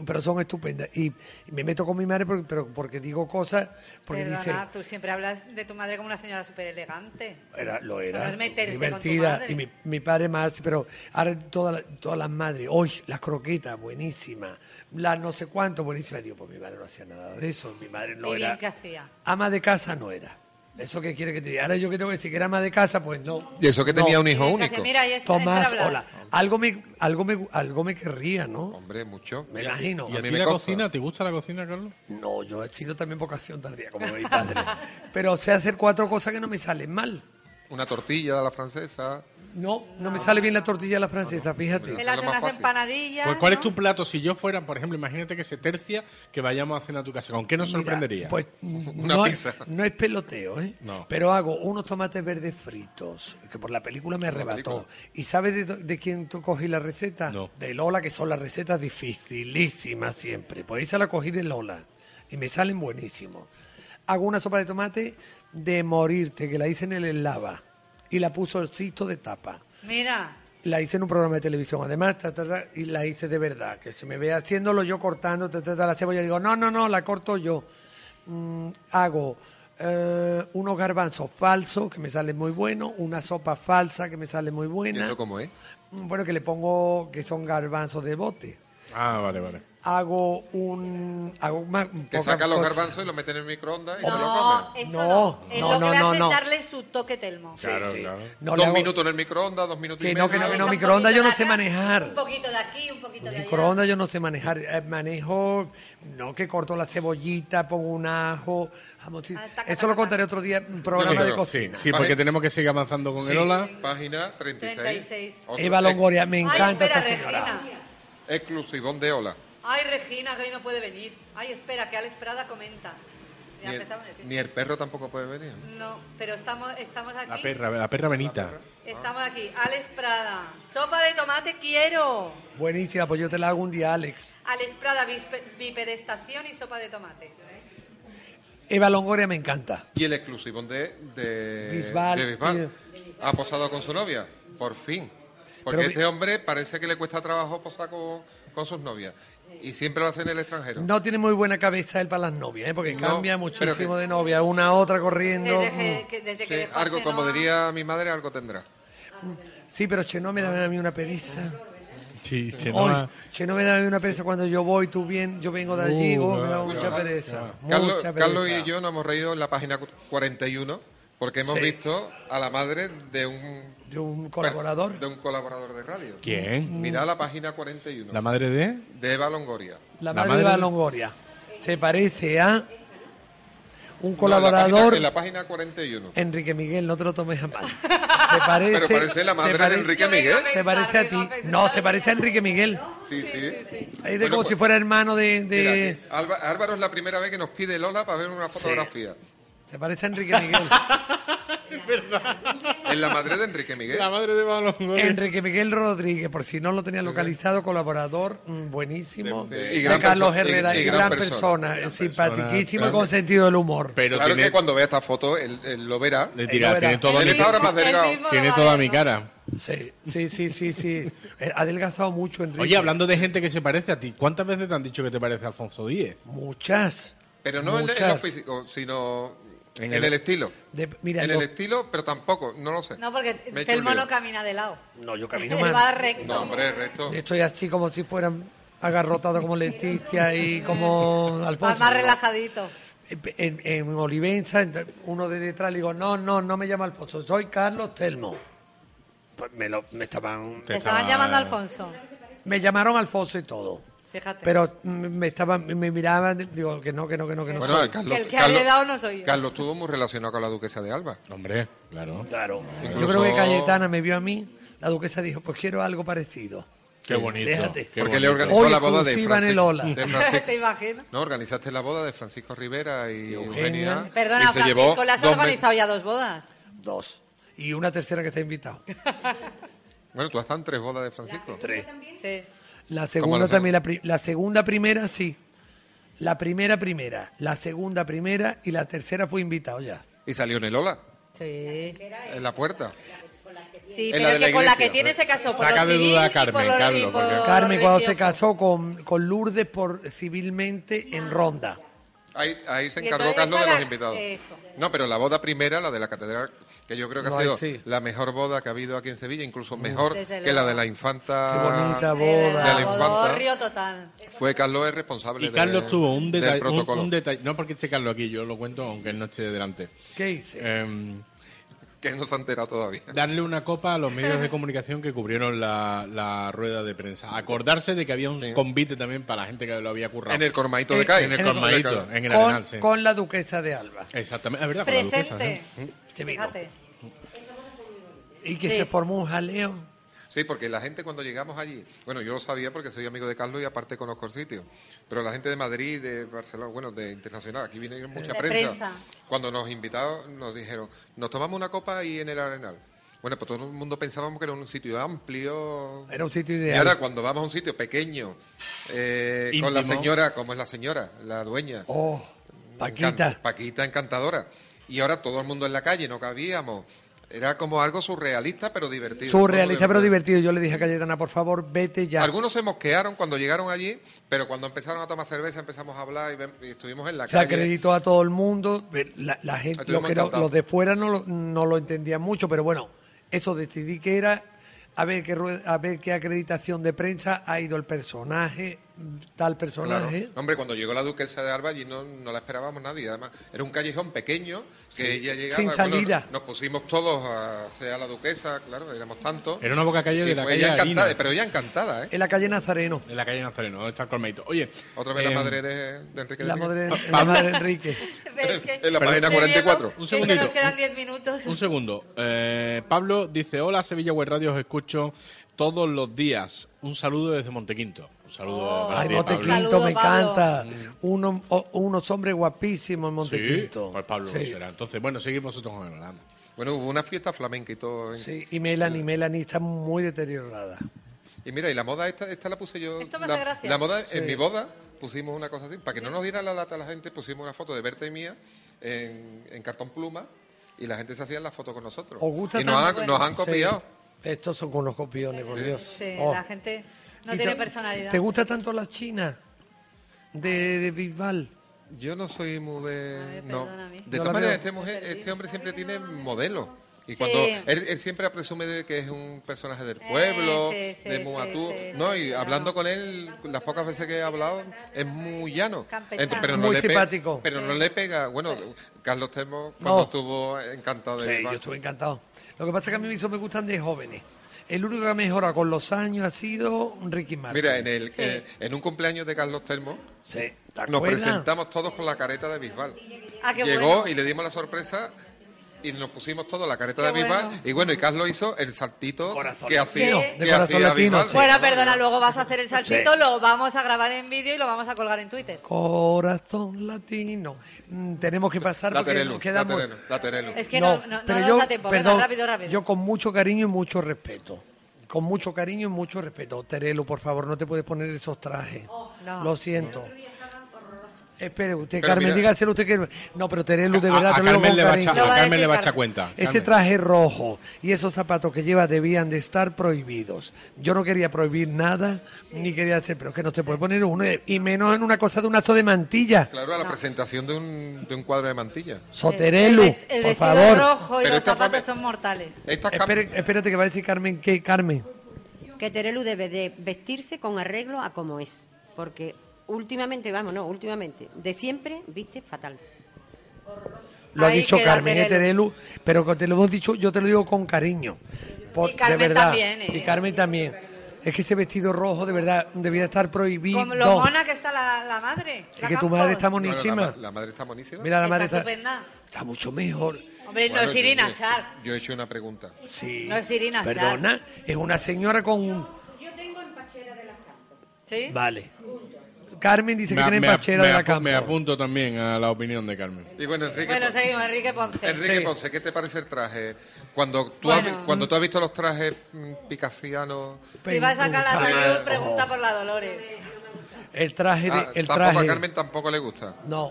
S5: Pero son estupendas. Y, y me meto con mi madre porque, pero porque digo cosas, porque
S6: Perdona,
S5: dice,
S6: tú siempre hablas de tu madre como una señora súper elegante.
S5: era, lo
S6: Eso
S5: era,
S6: no es meterse con tu
S5: divertida.
S6: madre.
S5: Y mi, mi padre más, pero ahora todas las todas las madres, hoy las croquetas, buenísimas, las no sé cuánto, buenísimas. Digo, pues mi madre no hacía nada de eso, mi madre no
S6: y
S5: era...
S6: bien que hacía.
S5: Ama de casa no era. ¿Eso que quiere que te diga? Ahora yo que tengo que decir que era ama de casa, pues no.
S7: Y eso que
S5: No.
S7: tenía un
S6: Y
S7: hijo
S6: bien que hacía.
S7: único.
S6: Mira, ahí está,
S5: Tomás,
S6: entra a
S5: hola.
S6: hablar.
S5: Algo me, algo me, algo me querría, ¿no?
S7: Hombre, mucho.
S5: Me imagino.
S3: ¿Y
S7: A
S3: a
S7: mí
S3: ti
S7: me
S3: la
S7: consta.
S3: cocina? ¿Te gusta la cocina, Carlos?
S5: No, yo he sido también vocación tardía, como mi padre. Pero sé hacer cuatro cosas que no me salen mal.
S7: Una tortilla de la francesa.
S5: No, no,
S7: Ah.
S5: me sale bien la tortilla a la francesa, fíjate.
S6: Él
S7: Lo
S6: hace
S7: más
S6: unas
S7: fácil.
S6: empanadillas.
S3: Pues, ¿Cuál es
S6: ¿no?
S3: tu plato si yo fuera, por ejemplo, imagínate que se tercia que vayamos a cenar a tu casa? ¿Con qué nos sorprendería?
S5: Pues
S7: Una
S5: no, es-
S7: pizza.
S5: no es peloteo, ¿eh?
S3: No.
S5: Pero hago unos tomates verdes fritos, que por la película me arrebató. ¿Y sabes de, do- de quién tú cogí la receta?
S3: No.
S5: De Lola, que son las recetas dificilísimas siempre. Pues esa la cogí de Lola y me salen buenísimos. Hago una sopa de tomate de morirte, que la hice en el eslava y la puso el cisto de tapa.
S6: Mira,
S5: La hice en un programa de televisión, además, ta, ta, ta, y la hice de verdad, que se me ve haciéndolo yo cortando ta, ta, ta, la cebolla. Digo, no, no, no, la corto yo. Mm, hago eh, unos garbanzos falsos, que me salen muy buenos, una sopa falsa, que me sale muy
S7: ¿Y
S5: buena.
S7: eso cómo es?
S5: Mm, Bueno, que le pongo, que son garbanzos de bote.
S3: Ah, vale, vale.
S5: Hago un... Hago más,
S7: Que
S5: pocas
S7: saca los
S5: cosas.
S7: garbanzos y los mete en el microondas y se lo
S6: no,
S7: come.
S6: eso
S5: No,
S6: no. Es
S5: no,
S6: lo
S5: no,
S6: que le
S5: no,
S6: hace es
S5: no.
S6: darle su toque telmo.
S5: Sí,
S3: Claro,
S5: sí.
S3: claro.
S5: No, le
S7: dos
S5: hago-
S7: minutos en el microondas, dos minutos
S5: Que
S7: y
S5: no,
S7: medio.
S5: que no, que no,
S6: Un
S5: microondas yo no
S6: poquito
S5: sé
S6: de acá,
S5: manejar.
S6: Un poquito de aquí, un poquito de allá.
S5: Microondas yo no sé manejar, eh, manejo, no que corto la cebollita, pongo un ajo, jamoncito.
S6: Ah, taca,
S5: eso lo
S6: taca,
S5: contaré
S6: taca.
S5: otro día en un programa
S3: Sí,
S5: de
S3: sí,
S5: cocina.
S3: Sí, porque tenemos que seguir avanzando con el hola.
S7: Página 36.
S6: 36.
S7: Otro
S5: Eva
S7: ex-
S5: Longoria, me
S6: Ay,
S5: encanta
S6: espera,
S5: esta señora.
S6: Regina.
S7: Exclusivón de Ola.
S6: Ay, Regina, que hoy no puede venir. Ay, espera, que Alex Prada comenta. Ya
S7: Ni el,
S6: empezamos a decir.
S7: ni el perro tampoco puede venir.
S6: No, pero estamos, estamos aquí.
S3: La perra, la perra Benita.
S6: Estamos aquí. Alex Prada. Sopa de tomate quiero.
S5: Buenísima, pues yo te la hago un día, Alex.
S6: Alex Prada, bispe- bipedestación y sopa de tomate.
S5: Eva Longoria me encanta.
S7: Y el exclusivo de, de
S5: Bisbal.
S7: de Bisbal. Ha posado con su novia, por fin. Porque
S5: Pero-
S7: este hombre parece que le cuesta trabajo posar con, con sus novias. Y siempre lo hace en el extranjero.
S5: No tiene muy buena cabeza él para las novias, ¿eh? porque
S7: No,
S5: cambia
S7: pero
S5: muchísimo
S7: que-
S5: de novia, una a otra corriendo.
S6: Desde que- que- desde que
S7: mm, Sí,
S6: dejó a
S7: algo, como
S6: Chenoa-
S7: diría mi madre, algo tendrá.
S5: Mm. Sí, pero Chenoa me da a mí una pereza.
S3: Sí, se
S7: ah.
S5: Hoy, Chenoa me da a mí una pereza cuando yo voy, tú bien, yo vengo de allí,
S3: Uh,
S5: oh, me da
S3: claro,
S5: mucha
S7: claro,
S5: pereza.
S7: Carlos,
S5: mucha pereza.
S7: Carlos y yo nos hemos reído en la página 41 porque hemos
S5: Sí.
S7: visto a la madre de un
S5: De un colaborador. Mm.
S7: de un colaborador de radio.
S3: ¿Quién?
S7: Mira la página 41
S3: ¿La madre de?
S7: de Eva Longoria.
S3: La
S5: La madre,
S3: madre
S5: de la
S3: del-
S5: Longoria. Se parece a un
S7: No, en la página-
S5: colaborador.
S7: en la página 41.
S5: Enrique Miguel, no te lo tomes a
S7: [laughs]
S5: mal. Se parece.
S7: Pero parece la
S5: se
S7: madre
S5: pare-
S7: de Enrique
S6: Yo vengo
S7: Miguel.
S6: a ver-
S5: Se parece a ti. No, se parece a Enrique Miguel.
S7: Sí, sí.
S5: Es de
S7: Bueno,
S5: como
S7: pues,
S5: si fuera hermano de.
S7: mira, eh.
S5: de-
S7: que Alba- Álvaro es la primera vez que nos pide Lola para ver una fotografía.
S5: Se parece a Enrique
S7: [laughs]
S5: Miguel.
S7: Es la madre de Enrique Miguel.
S3: madre de Balongoria.
S5: Enrique Miguel Rodríguez, por si no lo tenía localizado, colaborador mm, buenísimo.
S7: De- de-
S5: De,
S7: y gran
S5: Carlos
S7: perso-
S5: Herrera.
S7: y- y
S5: Y, gran,
S7: gran
S5: persona.
S7: persona, gran
S5: simpatiquísimo y
S7: persona.
S5: con sentido del humor.
S3: Pero
S7: claro
S3: tiene,
S7: que cuando vea esta foto, él, él lo verá.
S3: le dirá,
S5: Él no
S3: tiene
S5: era.
S3: toda
S7: Él
S3: mi,
S7: está ahora más
S6: Él
S7: delgado.
S6: mismo lo
S3: tiene
S6: va
S3: toda
S6: a
S3: mi
S6: ver, ¿no?
S3: cara.
S5: Sí, sí, sí, sí. sí. Eh, Ha adelgazado mucho, Enrique.
S3: Oye, hablando de gente que se parece a ti, ¿cuántas veces te han dicho que te parece a Alfonso Díez?
S5: Muchas.
S7: Pero no en, en lo
S5: muchas.
S7: físico, sino
S3: En
S7: en,
S3: el-
S7: el estilo.
S5: De- mira,
S7: en
S5: lo-
S7: el estilo, pero tampoco, no lo sé.
S6: No, porque
S7: Me he hecho
S6: Telmo
S7: el lío.
S6: no camina de lado.
S5: No,
S6: [laughs]
S5: yo camino
S6: Él
S5: mal.
S6: va recto.
S7: No, hombre, el resto.
S5: Estoy así como si fueran agarrotados como Leticia y como
S6: Va
S5: Alfonso.
S6: [laughs] más relajadito.
S5: En, en Olivenza, ent- uno de detrás le digo, no, no, no me llama Alfonso, soy Carlos Telmo. Pues me, lo, me estaban...
S6: Te estaban llamando Alfonso.
S5: Me llamaron Alfonso y todo.
S6: Fíjate.
S5: Pero me me estaban, me miraban, digo que no, que no, que no, que no.
S7: Bueno,
S5: soy.
S7: el Carlos,
S6: Que el que
S7: Carlos-
S6: había dado no soy yo.
S7: Carlos estuvo muy relacionado con la duquesa de Alba.
S3: Hombre, claro.
S5: Claro. Yo
S7: Incluso-
S5: creo que Cayetana me vio a mí, la duquesa dijo, pues quiero algo parecido.
S3: Qué bonito.
S5: déjate.
S3: qué
S7: Porque le
S3: bonito.
S7: organizó
S5: Hoy
S7: la boda de
S5: exclusiva en el Ola.
S7: Francisco. de
S6: [laughs] [laughs]
S7: Francisco-
S6: ¿Te imaginas?
S7: No, organizaste la boda de Francisco Rivera y
S5: Eugenia.
S7: Eugenia.
S6: Perdona,
S7: y se
S6: Francisco,
S7: llevó
S6: ¿le has
S7: dos
S6: organizado ya dos bodas?
S5: Dos. Y una tercera que está invitada.
S7: meses- Bueno, tú has estado en tres bodas de Francisco.
S5: Tres.
S6: Sí.
S5: La
S7: ¿Cómo
S5: segunda
S7: la
S5: también, la, pri- la segunda primera sí. La primera primera, la segunda primera y la tercera fue invitado ya.
S7: Y salió en el Ola,
S6: Sí.
S7: en la puerta.
S6: Sí,
S7: En
S6: pero
S7: la de la
S6: que con la que
S7: iglesia.
S6: tiene se casó. por
S3: Saca
S6: lo
S3: de
S6: civil
S3: duda a
S6: y por
S3: Carmen,
S6: lo- y
S3: Carlos,
S6: por
S3: porque-
S6: lo
S5: Carmen cuando se
S6: religioso.
S5: casó con, con Lourdes por civilmente en Ronda.
S7: Ahí, ahí se
S6: Y
S7: encargó
S6: entonces
S7: Carlos de
S6: esa
S7: los
S6: la-
S7: invitados.
S6: eso.
S7: No, pero la boda primera, la de la catedral, que yo creo que
S5: No,
S7: ha
S5: ahí
S7: sido
S5: sí.
S7: la mejor boda que ha habido aquí en Sevilla, incluso mejor
S6: Desde
S7: que la
S6: luego.
S7: de la infanta.
S5: Qué bonita
S6: De
S5: boda.
S7: De la
S6: verdad,
S7: infanta.
S6: bodorrio total.
S7: Fue Carlos el responsable
S3: Y
S7: de-
S3: Carlos tuvo un
S7: del
S3: detalle, un,
S7: protocolo.
S3: un detalle- no porque esté Carlos aquí, yo lo cuento aunque él no esté delante.
S5: ¿Qué hice?
S3: Em,
S7: que no se ha enterado
S3: [laughs]
S7: todavía.
S3: darle una copa a los medios de comunicación que cubrieron la, la rueda de prensa. Acordarse de que había un convite también para la gente que lo había currado.
S7: En el cormaito
S5: Eh,
S7: de CAE.
S3: En el
S5: en el
S3: colmadito, en el
S5: con,
S3: Arenal, sí.
S5: con la duquesa de Alba.
S3: Exactamente, es verdad. con la duquesa,
S6: Presente.
S3: ¿eh?
S5: Que vino.
S6: Fíjate.
S7: [laughs]
S5: Y que
S6: Sí.
S5: se formó un jaleo.
S7: Sí, porque la gente cuando llegamos allí, bueno, yo lo sabía porque soy amigo de Carlos y aparte conozco el sitio, pero la gente de Madrid, de Barcelona, bueno, de internacional, aquí viene mucha
S6: De
S7: prensa.
S6: prensa.
S7: Cuando nos invitaron, nos dijeron, nos tomamos una copa y en el Arenal. Bueno, pues todo el mundo pensábamos que era un sitio amplio.
S5: Era un sitio
S7: Y
S5: ideal.
S7: ahora cuando vamos a un sitio pequeño, eh, con la
S3: Íntimo.
S7: señora, como es la señora, la dueña.
S5: Oh, Paquita.
S7: Encan- Paquita encantadora. Y ahora todo el mundo en la calle, no cabíamos. Era como algo surrealista pero divertido.
S5: Surrealista pero
S7: Muy
S5: divertido. Yo le dije a Cayetana, por favor, vete ya.
S7: Algunos se mosquearon cuando llegaron allí, pero cuando empezaron a tomar cerveza empezamos a hablar y, ven- y estuvimos en la
S5: Se
S7: calle.
S5: acreditó a todo el mundo. eh, La, la gente,
S7: Estuvimos
S5: los, que no-
S7: encantados.
S5: los de fuera no lo, no lo entendían mucho, pero bueno, eso decidí que era a ver qué, rue- a ver qué acreditación de prensa ha ido el personaje, tal
S7: Claro.
S5: personaje.
S7: Hombre, cuando llegó la duquesa de Alba allí no, no la esperábamos nadie. Además, era un callejón pequeño que ella llegaba.
S5: sin
S7: bueno,
S5: salida.
S7: nos pusimos todos a sea la duquesa, claro, éramos tantos.
S3: Era una boca calle de
S7: Y
S3: la
S7: fue
S3: calle
S7: ella encantada,
S3: Harina.
S7: pero ella encantada, ¿eh?
S5: En la calle Nazareno,
S3: En la calle Nazareno, donde está el colmadito. Oye,
S7: Otra vez la
S3: em,
S7: madre de, de Enrique. de
S5: la
S7: Miguel.
S5: madre,
S7: [laughs]
S5: la madre Enrique.
S6: Es que-
S7: En la página
S6: Estoy viendo
S7: 44.
S3: Un
S6: que
S3: segundito.
S6: nos quedan 10 minutos.
S3: Un segundo. Eh, Pablo dice, hola Sevilla Web Radio, os escucho todos los días. Un saludo desde Montequinto. Un saludo para
S5: Oh. Ay,
S3: ti,
S5: Montequinto,
S3: Pablo.
S5: me encanta.
S7: Mm.
S5: Uno- o- unos hombres guapísimos en
S3: Sí,
S5: Montequinto.
S3: pues Pablo
S5: Sí.
S3: será. Entonces, bueno, seguimos vosotros con el Holanda.
S7: Bueno, hubo una fiesta flamenca y todo. en-
S5: Sí, y Melanie, Melanie está muy deteriorada.
S7: Y mira, y la moda esta, esta la puse yo.
S6: Esto me hace
S7: la,
S6: gracia.
S7: la moda
S5: Sí.
S7: en mi boda pusimos una cosa así. Para que no nos diera la lata a la gente, pusimos una foto de Berta y mía en, en cartón pluma y la gente se hacía la foto con nosotros.
S5: ¿Os gusta
S7: y nos,
S5: tanto?
S7: han, nos han copiado.
S5: Sí. Estos son unos copiones, por Dios.
S6: Sí,
S5: Oh.
S6: la gente no
S5: ¿Y
S6: tiene
S5: te-
S6: personalidad.
S5: ¿Te gusta tanto la China? De, de Bisbal.
S7: Yo no soy muy de.
S6: Ay,
S7: no.
S6: perdóname.
S7: De
S5: Yo
S7: todas
S5: la
S7: maneras,
S5: veo.
S7: este, mujer- este hombre siempre tiene modelos. Y cuando él, él siempre presume de que es un personaje del pueblo,
S6: Eh, sí, sí,
S7: de
S6: sí,
S7: Muatú,
S6: sí,
S7: no,
S6: sí,
S7: y
S6: claro.
S7: hablando con él, las pocas veces que he hablado, es muy llano.
S6: Campechano.
S7: Ent- Pero no
S5: Muy
S7: le pe-
S5: simpático.
S7: pero no le pega. Bueno, Carlos Temo, cuando
S5: No.
S7: estuvo encantado de
S5: Sí, yo estuve encantado. Lo que pasa es que a mí me hizo me gustan de jóvenes. El único que ha mejorado con los años ha sido Ricky Martin.
S7: Mira, en, el, eh, en un cumpleaños de Carlos Termo,
S5: Sí, ¿te
S7: nos
S5: acuerdas?
S7: presentamos todos con la careta de Bisbal.
S6: Ah, qué
S7: Llegó
S6: bueno.
S7: y le dimos la sorpresa y nos pusimos todos la careta
S6: Qué
S7: de Bisbal.
S6: bueno.
S7: Y bueno, y Carlos hizo el saltito
S5: Corazón
S7: que hacía.
S6: latino,
S5: de
S7: que
S5: corazón
S7: hacía
S5: latino,
S7: Bisbal.
S5: sí.
S6: Bueno, perdona, luego vas a hacer el saltito, lo vamos a grabar en vídeo y lo vamos a colgar en Twitter.
S5: Corazón latino. Mm, tenemos que pasar
S7: La
S5: porque
S7: Terelu,
S5: nos
S7: la
S5: quedamos.
S7: Terelu, la Terelu.
S6: Es que no,
S5: no,
S6: no, no
S5: pero
S6: nos
S5: yo,
S6: da tiempo. Venga,
S5: perdón,
S6: rápido, rápido.
S5: yo con mucho cariño y mucho respeto. Con mucho cariño y mucho respeto. Terelo, por favor, no te puedes poner esos trajes.
S6: Oh, no.
S5: Lo siento. Espere, usted,
S7: Pero
S5: Carmen,
S7: mira-
S5: dígaselo usted que... No, pero Terelu, de
S3: A-
S5: verdad,
S3: a,
S5: te lo digo
S3: Carmen
S5: con
S3: le va a echar-
S5: cariño.
S6: Lo
S3: a
S6: va a
S3: Carmen
S6: decir
S3: le va a
S6: Carmen.
S3: echar cuenta.
S5: Ese
S3: Carmen.
S5: traje rojo y esos zapatos que lleva debían de estar prohibidos. Yo no quería prohibir nada, ni quería hacer, pero es que no se puede poner uno, y menos en una cosa de un acto de mantilla.
S7: Claro, a la presentación de un, de un cuadro de mantilla.
S5: Soterelu,
S6: el, el
S5: por
S6: vestido
S5: favor.
S6: rojo y
S7: Pero
S6: los
S7: esta
S6: zapatos
S7: fue-
S6: son mortales.
S7: Estas cam-
S5: Espere- espérate que va a decir Carmen, ¿qué, Carmen?
S10: que Terelu debe de vestirse con arreglo a como es, porque últimamente, vamos, no, últimamente, de siempre viste fatal.
S5: Lo ha
S6: Ahí
S5: dicho
S6: queda
S5: Carmen eh, Terelu, pero que te lo hemos dicho, yo te lo digo con cariño. por-
S6: Y Carmen
S5: de verdad.
S6: también, eh.
S5: Y Carmen también. Es que ese vestido rojo, de verdad, debía estar prohibido.
S6: Como lo mona que está la, la madre.
S5: Es
S6: la
S5: que tu
S6: Campos.
S5: madre está
S7: Bueno, la
S5: monísima.
S7: ma- la, madre está monísima.
S5: Mira, la madre
S6: Está
S5: está,
S6: estupenda.
S5: está mucho mejor.
S6: Hombre,
S7: Bueno,
S6: no es Irina
S7: yo-
S6: Shayk.
S7: Yo he hecho una pregunta.
S5: Sí.
S6: No es Irina Shayk.
S5: Perdona, es una señora con un...
S6: ¿Sí?
S5: Vale. Carmen dice
S3: Me,
S5: que
S3: a-
S5: tiene
S3: me a-
S5: pachera de
S3: me
S5: la
S3: apu-
S5: campo.
S3: me apunto también a la opinión de Carmen.
S7: Y bueno, Enrique.
S6: Bueno,
S7: pues-
S6: seguimos, Enrique Ponce.
S7: Enrique
S5: Sí.
S7: Ponce, ¿qué te parece el traje? Cuando tú,
S6: Bueno.
S7: has, cuando tú has visto los trajes mm, picasianos,
S6: Si vas a sacar la
S5: Penducha.
S6: salud, pregunta por la Dolores.
S5: El traje, de-
S7: ah,
S5: el
S7: tampoco
S5: traje,
S7: a Carmen tampoco le gusta.
S5: no,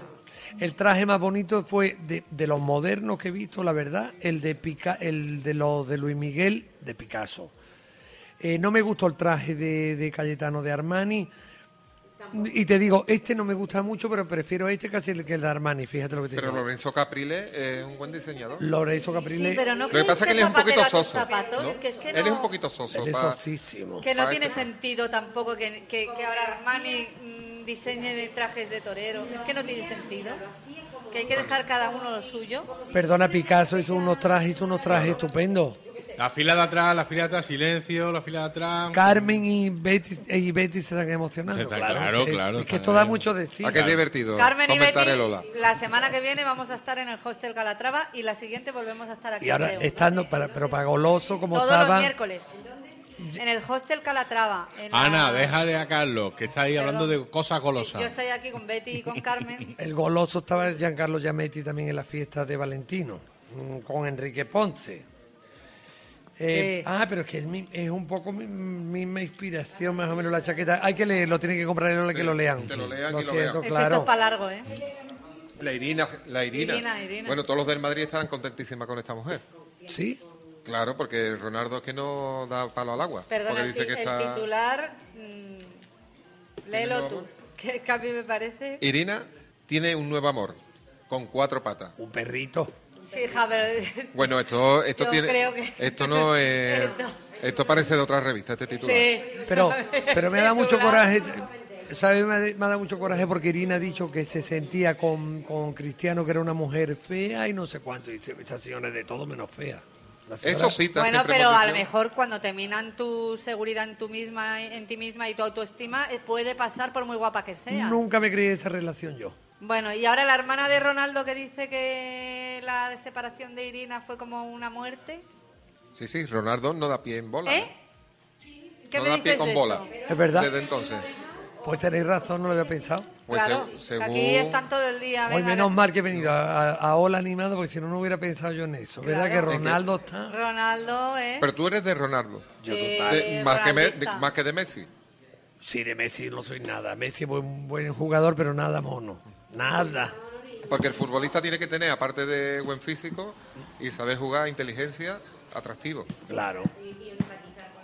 S5: el traje más bonito fue de, de los modernos que he visto, la verdad, el de Pica, el de los de Luis Miguel de Picasso. Eh, no me gustó el traje de, de Cayetano de Armani. Y te digo, este no me gusta mucho, pero prefiero este casi el que el de Armani, fíjate lo que te
S7: Pero
S5: digo.
S7: Lorenzo Caprile es un buen diseñador.
S5: Lorenzo
S6: Sí,
S5: Caprile,
S6: pero no
S7: Lo que
S6: creéis
S7: pasa es que él es un
S6: zapatero
S7: poquito
S6: a tus
S7: soso.
S6: zapatos,
S7: ¿no?
S6: que es que
S7: Él es
S6: no-
S7: un poquito soso.
S5: él es
S7: pa-
S5: sosísimo.
S6: Que no
S7: Para
S6: tiene
S7: que-
S6: sentido tampoco que, que, que ahora Armani mm, diseñe de trajes de torero. Es que no tiene sentido. Que hay que dejar cada uno lo suyo.
S5: Perdona, Picasso hizo unos trajes, hizo unos trajes estupendos.
S3: La fila de atrás, la fila de atrás, silencio, la fila de atrás.
S5: Carmen y Betty, y Betty se están emocionando.
S3: Se están- claro,
S5: que-
S3: claro,
S5: Es que
S3: están
S5: esto da
S3: ahí.
S5: mucho de sí.
S7: Ah, qué divertido.
S6: Carmen y
S7: comentar
S6: Betty,
S7: el hola.
S6: la semana que viene vamos a estar en el hostel Calatrava y la siguiente volvemos a estar aquí.
S5: Y ahora
S6: creo.
S5: estando, para, pero para goloso como
S6: Todos
S5: estaba.
S6: los miércoles. En el hostel Calatrava. en la-
S3: Ana, déjale a Carlos, que está ahí
S6: Perdón.
S3: hablando de cosas golosas.
S6: Yo estoy aquí con Betty y con
S7: [laughs]
S6: Carmen.
S5: El goloso estaba Giancarlo Giametti también en la fiesta de Valentino, mm, con Enrique Ponce. Eh,
S6: Sí.
S5: Ah, pero es que es, mi- es un poco mi misma inspiración, más o menos, la chaqueta. Hay que leerlo, tiene que comprar el que lo lean.
S7: que lo lean y
S5: siento,
S7: lo vean.
S6: Es que esto
S5: claro.
S6: es para largo, ¿eh?
S7: La Irina, la Irina.
S6: Irina, Irina.
S7: Bueno, todos los del Madrid estaban contentísimas con esta mujer.
S5: Sí,
S7: Claro, porque Ronaldo es que no da palo al agua.
S6: Perdona,
S7: porque
S6: sí,
S7: dice que
S6: el
S7: está...
S6: titular, mm, léelo
S7: nuevo
S6: tú,
S7: amor?
S6: [laughs] que, que a mí me parece...
S7: Irina tiene un nuevo amor, con cuatro patas.
S5: un perrito.
S6: Sí, hija, pero...
S7: Bueno, esto, esto
S6: Yo
S7: tiene...
S6: creo que-
S7: Esto no es...
S6: [laughs] Esto-
S7: Esto parece de otra revista, este titular.
S6: sí.
S5: [laughs] Pero, pero me da mucho
S6: Titular.
S5: coraje, ¿sabes? Me, da- me da mucho coraje porque Irina ha dicho que se sentía con, con Cristiano, que era una mujer fea y no sé cuánto. Y dice, esta señora es de todo menos fea. La señora-
S7: Eso sí, está
S6: Bueno,
S7: siempre
S6: pero a lo
S7: condicionado.
S6: mejor cuando te minan tu seguridad en, tu misma, en ti misma y tu autoestima, eh, puede pasar por muy guapa que sea.
S5: Nunca me creí esa relación yo.
S6: Bueno, y ahora la hermana de Ronaldo que dice que la separación de Irina fue como una muerte.
S7: Sí, sí, Ronaldo no da pie en bola.
S6: ¿Eh?
S7: no da pie con bola.
S5: Es verdad.
S7: Desde entonces.
S5: Pues tenéis razón, no lo había pensado.
S7: Pues
S6: claro,
S7: seg-
S6: que
S7: según.
S6: aquí están todo el día.
S5: Hoy
S6: venga,
S5: menos mal que he venido a, a- a Ola Animada porque si no, no hubiera pensado yo en eso. ¿Verdad
S6: Claro.
S5: que Ronaldo está...?
S6: Ronaldo, ¿eh?
S7: Pero tú eres de Ronaldo.
S5: Yo
S6: Sí,
S5: total.
S7: De- más, que Me- de,
S6: realista.
S7: más que de Messi.
S5: Sí, de Messi no soy nada. Messi es un buen jugador, pero nada mono. Nada.
S7: Porque el futbolista tiene que tener, aparte de buen físico y saber jugar, inteligencia, atractivo.
S5: Claro.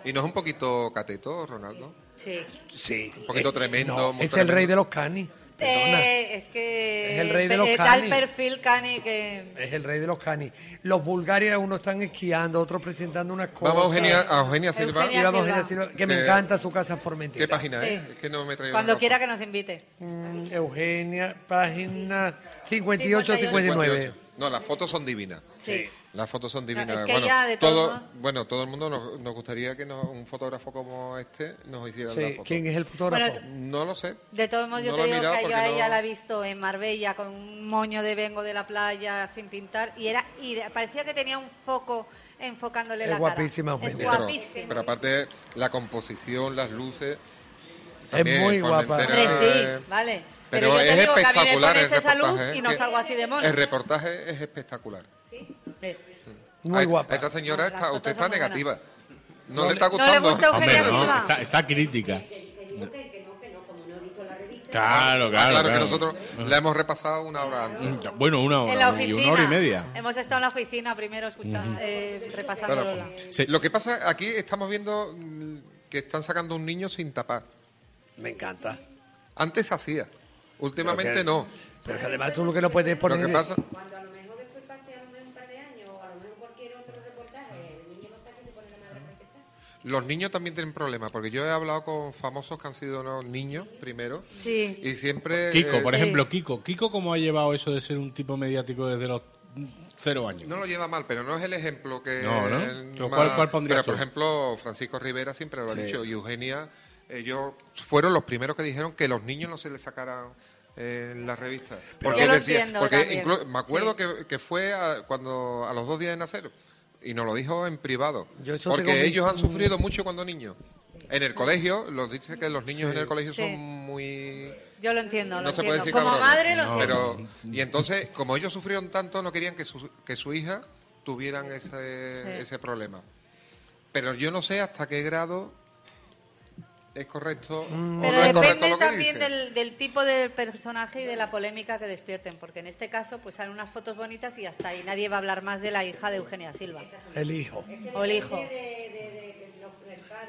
S7: Y no es un poquito cateto, Ronaldo.
S6: Sí.
S5: Sí. Un
S7: poquito tremendo.
S5: No,
S7: muy
S5: es el
S7: tremendo.
S5: rey de los canis. Perdona.
S6: Eh, es que.
S5: Es el rey de los
S6: eh,
S5: canis.
S6: Tal perfil cani que.
S5: Es el rey de los canis. Los bulgarios, unos están esquiando, otros presentando unas cosas.
S7: Vamos a Eugenia, a Eugenia Silva.
S5: Y vamos a Eugenia Silva, que me
S7: Que-
S5: encanta su casa en Formentera.
S7: ¿Qué página es?
S6: Sí.
S7: Es que no me he traído
S6: Cuando
S7: la
S6: quiera que nos invite.
S5: Mm, Eugenia, página 58 59.
S7: 58. No, las fotos son divinas.
S6: Sí.
S7: Las fotos son divinas.
S6: No, es que
S7: bueno,
S6: ella, de
S7: todo,
S6: todos modos-
S7: bueno, todo el mundo nos, nos gustaría que nos- un fotógrafo como este nos hiciera la
S5: Sí,
S7: foto.
S5: ¿Quién es el fotógrafo?
S7: No lo sé.
S6: De todos modos, yo
S7: No
S6: te
S7: lo he
S6: digo
S7: mirado
S6: que yo
S7: porque
S6: a ella
S7: no-
S6: la he visto en Marbella con un moño de vengo de la playa sin pintar y era y parecía que tenía un foco enfocándole
S5: Es
S6: la
S5: guapísima,
S6: cara. Es
S5: Eugenia.
S7: Pero,
S6: guapísima.
S7: pero aparte, la composición, las luces.
S5: es
S7: también
S5: muy guapa.
S7: Formentera,
S6: Hombre,
S7: eh,
S6: sí, vale. Pero, yo
S7: pero
S6: te
S7: es
S6: digo que a mí me
S7: espectacular
S6: pones
S7: el
S6: esa luz
S7: reportaje,
S6: y no
S7: que-
S6: salgo así de mono.
S7: El reportaje es espectacular.
S6: Eh,
S5: Muy
S7: A-
S5: guapa.
S7: a esta señora,
S6: No, las
S7: está, usted
S6: fotos
S7: está
S6: son muy buenas.
S7: negativa. No,
S5: No
S7: le está
S5: le-
S6: no le
S7: gustando.
S6: gusta Eugenia
S7: Hombre,
S3: Hombre, no,
S6: Silva.
S3: está, está crítica.
S7: Ah,
S3: Claro, claro,
S7: claro, que
S3: Ah, claro.
S7: nosotros la hemos repasado una hora
S6: Mm.
S7: antes.
S3: Bueno, una
S6: En la
S3: hora y una
S6: oficina.
S3: hora y media.
S6: Hemos estado en la oficina primero escuchando, eh, repasando
S7: Claro.
S6: la-
S3: Sí.
S7: Lo que pasa, aquí estamos viendo mm, que están sacando un niño sin tapar.
S5: Me encanta.
S7: Antes hacía, últimamente
S5: Pero que-
S7: no.
S5: Pero es que además tú lo que no puedes
S7: Lo
S5: poner...
S7: que
S5: es-
S7: pasa,
S10: Cuando a lo mejor después pase a lo mejor un par de años o a lo mejor cualquier otro reportaje, el niño no sabe que se pone la madre a protestar.
S7: los niños también tienen problemas, porque yo he hablado con famosos que han sido unos niños primero
S6: Sí.
S7: y siempre.
S3: Kiko,
S7: eh,
S3: por
S6: Sí.
S3: ejemplo, Kiko. Kiko, ¿cómo ha llevado eso de ser un tipo mediático desde los mm, cero años?
S7: No lo lleva mal, pero no es el ejemplo que.
S3: No, ¿no?
S7: eh,
S3: Pero ¿cuál- cuál pondrías
S7: Pero,
S3: tú?
S7: por ejemplo, Francisco Rivera siempre lo ha dicho y Eugenia, ellos fueron los primeros que dijeron que los niños no se les sacaran eh, en la revista. Porque
S6: Yo lo
S7: decía-
S6: entiendo
S7: porque
S6: también.
S7: inclu- me acuerdo
S6: Sí.
S7: que, que fue a, cuando a los dos días de nacer y nos lo dijo en privado.
S5: Yo eso tengo
S7: porque
S5: mi-
S3: mm.
S7: ellos han sufrido mucho cuando niños. En el colegio, los dice que los niños en el colegio
S6: Sí.
S7: son muy
S6: Yo lo entiendo, lo
S7: no se
S6: entiendo.
S7: puede decir
S6: Como
S7: cabrones.
S6: madre lo entiendo.
S7: pero y entonces como ellos sufrieron tanto no querían que su, que su hija tuvieran ese,
S6: Sí.
S7: ese problema pero yo no sé hasta qué grado es correcto
S5: Mm.
S7: o
S6: Pero
S7: no es correcto
S6: depende
S7: lo que
S6: también
S7: dice.
S6: del, del tipo de personaje y de la polémica que despierten, porque en este caso pues salen unas fotos bonitas y hasta ahí nadie va a hablar más de la hija de Eugenia Silva
S5: El hijo.
S6: o el hijo.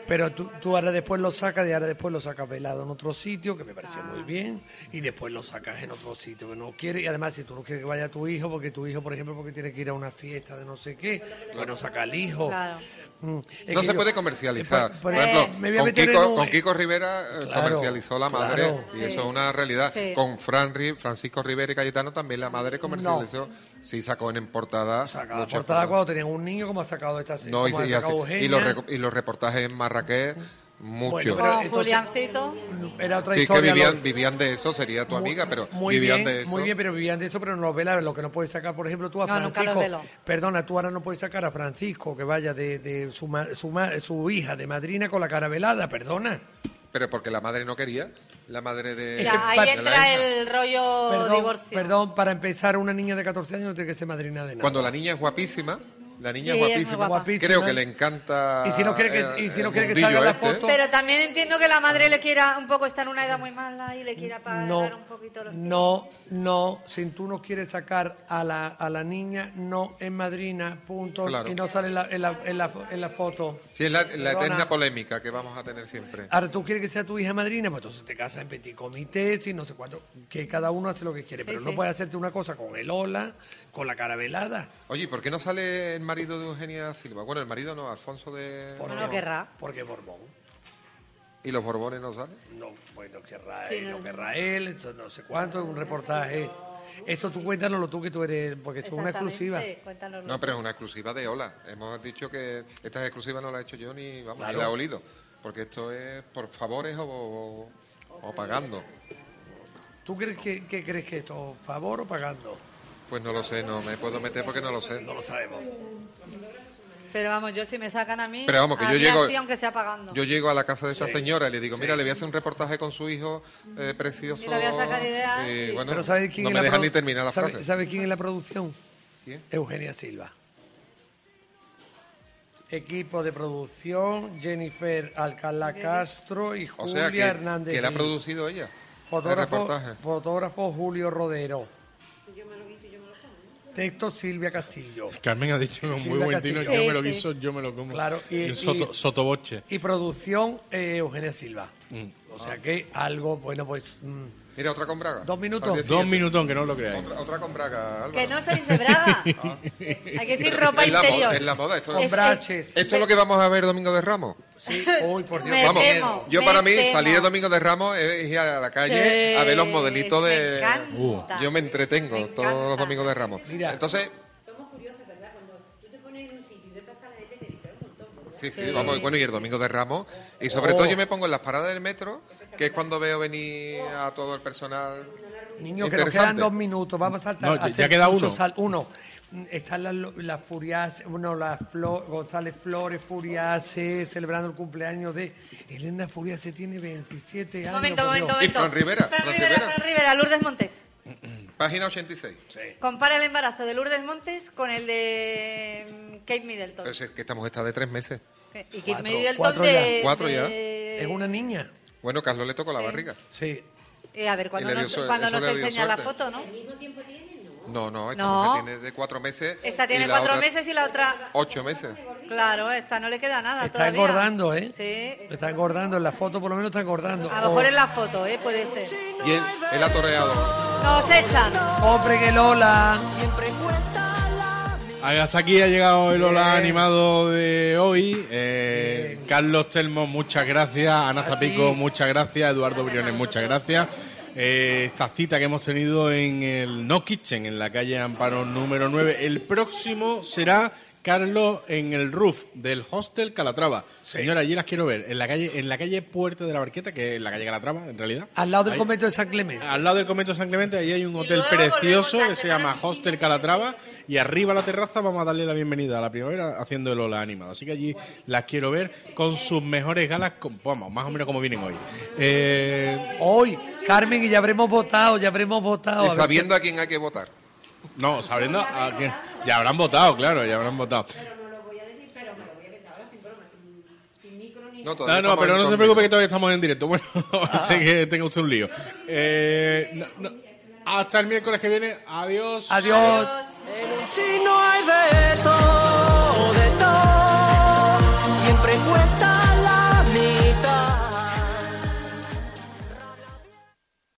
S5: Pero tú, tú ahora después lo sacas y ahora después lo sacas velado en otro sitio, que me pareció muy bien, y después lo sacas en otro sitio que no quiere. Y además, si tú no quieres que vaya tu hijo, porque tu hijo, por ejemplo, porque tiene que ir a una fiesta de no sé qué, bueno, saca al hijo.
S6: Claro.
S5: Mm, es
S7: no
S5: que
S7: se
S5: yo-
S7: puede comercializar.
S5: Por-
S7: Por,
S5: por
S7: ejemplo,
S5: ejemplo, me voy a
S7: con,
S5: meter
S7: Kiko,
S5: en un-
S7: con Kiko Rivera eh,
S5: Claro,
S7: comercializó la madre
S5: claro.
S7: y eso es una realidad.
S6: Sí.
S7: Con Fran Ri- Francisco Rivera y Cayetano también la madre comercializó. Sí sacó en portada.
S5: Sacaba
S7: muchas
S5: portada
S7: cosas.
S5: cuando tenían un niño, como ha sacado esta se-
S7: No, y,
S5: como ha
S7: y
S5: sacado
S7: así- y los,
S5: Eugenia.
S7: reco- y los reportajes en Marrakech, mucho.
S5: Bueno, Pero
S6: Con
S5: entonces-
S6: Juliancito.
S5: Era otra
S7: Sí, es que
S5: historia.
S7: vivían,
S5: lo-
S7: vivían de eso, sería tu amiga, pero
S5: muy
S7: vivían
S5: bien,
S7: de eso.
S5: Muy bien, pero vivían de eso, pero en los velas, lo que no puedes sacar, por ejemplo, tú a
S6: No, nunca los
S5: Francisco.
S6: velo.
S5: Perdona, tú ahora no puedes sacar a Francisco que vaya de, de su, ma- su, ma- su hija de madrina con la cara velada, perdona.
S7: Pero porque la madre no quería, la madre de.
S5: Es que
S6: Ya, ahí
S5: parte-
S7: de la
S6: entra
S7: hija.
S6: el rollo
S5: Perdón,
S6: Oh, divorcio.
S5: perdón, para empezar, una niña de 14 años no tiene que ser madrina de nada.
S7: Cuando la niña es guapísima, la niña
S6: Sí,
S7: es
S6: es muy
S7: guapísima,
S6: guapa.
S7: creo que le encanta.
S5: Y si no quiere que-
S7: eh,
S5: y si no
S7: el
S5: quiere que
S7: mundillo
S5: salga la
S7: este.
S5: foto-
S6: Pero también entiendo que la madre le quiera un poco, está en una edad muy mala y le quiera pagar
S5: no,
S6: un poquito los
S5: no, no, si tú no quieres sacar a la, a la niña, no es madrina, punto,
S7: Claro.
S5: y no sale en la, en la, en la, en la foto.
S7: Sí, es la, la eterna
S5: Perdona. Ah.
S7: polémica que vamos a tener siempre.
S5: Ahora tú quieres que sea tu hija madrina, pues entonces te casas en petit comité, si no sé cuánto, que cada uno hace lo que quiere, pero no
S6: sí.
S5: puedes hacerte una cosa con el hola, con la cara velada,
S7: Oye, ¿y ¿por qué no sale el marido de Eugenia Silva? Bueno, el marido no, Alfonso de.
S5: Por-
S6: No, no querrá.
S5: porque Borbón.
S7: ¿Y los Borbones no salen?
S5: No, bueno, querrá
S6: Sí,
S5: él,
S6: no.
S5: no querrá él, esto no sé cuánto, es un reportaje. Esto tú cuéntanoslo tú que tú eres, porque esto es una
S6: Exactamente,
S5: exclusiva.
S6: cuéntanoslo.
S7: No, pero es una exclusiva de Ola. Hemos dicho que estas exclusivas no las he hecho yo ni, vamos,
S5: Claro.
S7: ni la he olido. Porque esto es por favores o, o- o pagando.
S5: ¿Tú crees que, qué crees que esto, favor o pagando?
S7: Pues no lo sé, no me puedo meter porque no lo sé.
S5: No lo sabemos.
S6: Pero vamos, yo si me sacan a mí,
S7: Pero vamos, que
S6: a
S7: yo
S6: mí
S7: llego-
S6: así, aunque sea pagando.
S7: Yo llego a la casa de esa
S5: Sí.
S7: señora y le digo, mira,
S5: Sí.
S7: le voy a hacer un reportaje con su hijo eh, precioso.
S6: Mira, voy a sacar ideas
S7: Y,
S6: y-
S7: bueno,
S5: Pero ¿sabes quién
S7: no
S5: es
S7: me
S5: la
S7: dejan
S5: produ-
S7: ni terminar la
S5: ¿sabe-
S7: frase.
S5: ¿Sabe quién es la producción?
S7: ¿Quién?
S5: Eugenia Silva. Equipo de producción, Jennifer Alcalá Castro y
S7: O
S5: Julia
S7: sea, que,
S5: Hernández.
S7: que la ha
S5: Gil.
S7: producido ella. El
S5: Fotógrafo,
S7: reportaje.
S5: fotógrafo Julio Rodero. Texto Silvia Castillo.
S3: Carmen ha dicho que es un muy
S5: Silvia
S3: buen tino, yo
S5: Castillo.
S3: me lo
S6: Sí, sí.
S3: guiso, yo me lo como.
S5: Claro, y-
S3: El soto-
S5: y-
S3: sotoboche.
S5: Y producción eh, Eugenia Silva.
S7: Mm.
S5: O sea que algo, bueno, pues. mm,
S7: Mira, otra con Braga.
S5: Dos minutos.
S7: Al día
S3: Dos
S7: siguiente.
S3: minutón, que no os lo creáis.
S7: Otra, otra con Braga, Álvaro.
S6: Que no se dice
S7: [laughs]
S6: braga. Hay que decir ropa
S7: Es la mo-
S6: interior.
S7: es la moda, esto-
S5: Con
S6: Es-
S5: braches.
S7: Esto es lo que vamos a ver Domingo de Ramos.
S5: Sí, uy, por Dios.
S6: Me
S7: Vamos,
S6: temo,
S7: yo
S6: me
S7: para mí
S6: temo.
S7: salir de Domingo de Ramos es ir a la calle
S6: Sí,
S7: a ver los modelitos
S6: me
S7: de...
S5: Uh,
S6: encanta.
S7: yo me entretengo
S6: Me
S7: todos los
S6: encanta.
S7: Domingos de Ramos.
S5: Mira.
S7: Entonces,
S10: Somos curiosos, ¿verdad? Cuando tú te pones en un sitio y ves pasar la gente, te distrae un montón. pues.
S7: Sí, sí, vamos, y bueno, y el domingo de Ramos. Y sobre
S5: Oh.
S7: todo yo me pongo en las paradas del metro, que es cuando veo venir a todo el personal.
S5: Niño, que nos
S7: Interesante.
S5: quedan dos minutos. Vamos a saltar.
S3: No,
S5: a
S3: ya- ya
S5: hacer
S3: queda
S5: mucho
S3: uno.
S5: sal- uno. Mm, Están las la Furias, no, las Flo- González Flores Furiase celebrando el cumpleaños de Elena Furiase, tiene 27 años.
S6: Momento,
S5: por Dios.
S6: momento, momento.
S7: Y Fran Rivera,
S6: Fran
S7: Fran
S6: Rivera,
S7: Rivera.
S6: Fran Rivera, Lourdes Montes.
S7: Página 86.
S6: Compara el embarazo de Lourdes Montes con el de mm, Kate Middleton.
S7: Pero si es que esta mujer está de tres meses.
S6: y Kate
S5: Cuatro,
S6: Middleton
S5: cuatro
S6: de...
S5: ya.
S7: Cuatro ya.
S6: de-
S5: Es una niña.
S7: Bueno, Carlos le tocó la barriga.
S5: Sí.
S6: Eh, a ver, cuando
S7: Y le
S6: nos,
S7: dio su-
S6: cuando
S7: eso
S6: nos
S7: le dio
S6: enseña la
S7: suerte.
S6: foto, ¿no?
S7: No, no, esta
S6: No.
S7: mujer tiene de cuatro meses.
S6: Esta tiene
S7: y la
S6: cuatro
S7: otra
S6: meses y la otra...
S7: Ocho meses.
S6: Claro, esta no le queda nada
S5: Está
S6: todavía.
S5: engordando, ¿eh? Oh.
S6: Sí.
S5: Está engordando, en la foto por lo menos está engordando.
S6: A lo mejor en la foto, ¿eh? Puede ser.
S7: Y él, él ha toreado.
S6: Nos echan.
S5: ¡Hombre, que Lola!
S3: Hasta aquí ha llegado el hola
S5: Bien.
S3: animado de hoy. Eh, Carlos Telmo, muchas gracias. Ana Zapico,
S5: ti.
S3: muchas gracias. Eduardo Briones, muchas gracias. Eh, esta cita que hemos tenido en el No Kitchen, en la calle Amparo número 9. El próximo será Carlos en el roof del hostel Calatrava. Señora, allí las quiero ver. En la calle, en la calle Puerta de la Barqueta, que es la calle Calatrava, en realidad.
S5: Al lado del
S3: Ahí-
S5: convento de San Clemente.
S3: al lado del convento de San Clemente, ahí hay un hotel
S6: luego volvemos
S3: precioso
S6: la
S3: que se
S6: semana
S3: llama
S6: siguiente.
S3: Hostel Calatrava y arriba a la terraza vamos a darle la bienvenida a la primavera haciendo el hola animado. Así que allí las quiero ver con sus mejores galas, con- vamos, más o menos como vienen hoy. Eh,
S5: Hoy, Carmen, y ya habremos votado, ya habremos votado. A
S7: Y
S5: ver
S7: sabiendo a quién hay que votar.
S3: no, sabiendo a quién- Ya habrán votado, claro, ya habrán votado.
S7: No,
S3: No,
S7: todavía
S3: no,
S7: estamos
S3: pero no se
S7: incógnitos.
S3: preocupe que todavía estamos en directo. Bueno, [laughs] así que tenga usted un lío. Eh, no, no. Hasta el miércoles que viene. Adiós.
S5: qué- Adiós.
S4: Si no hay de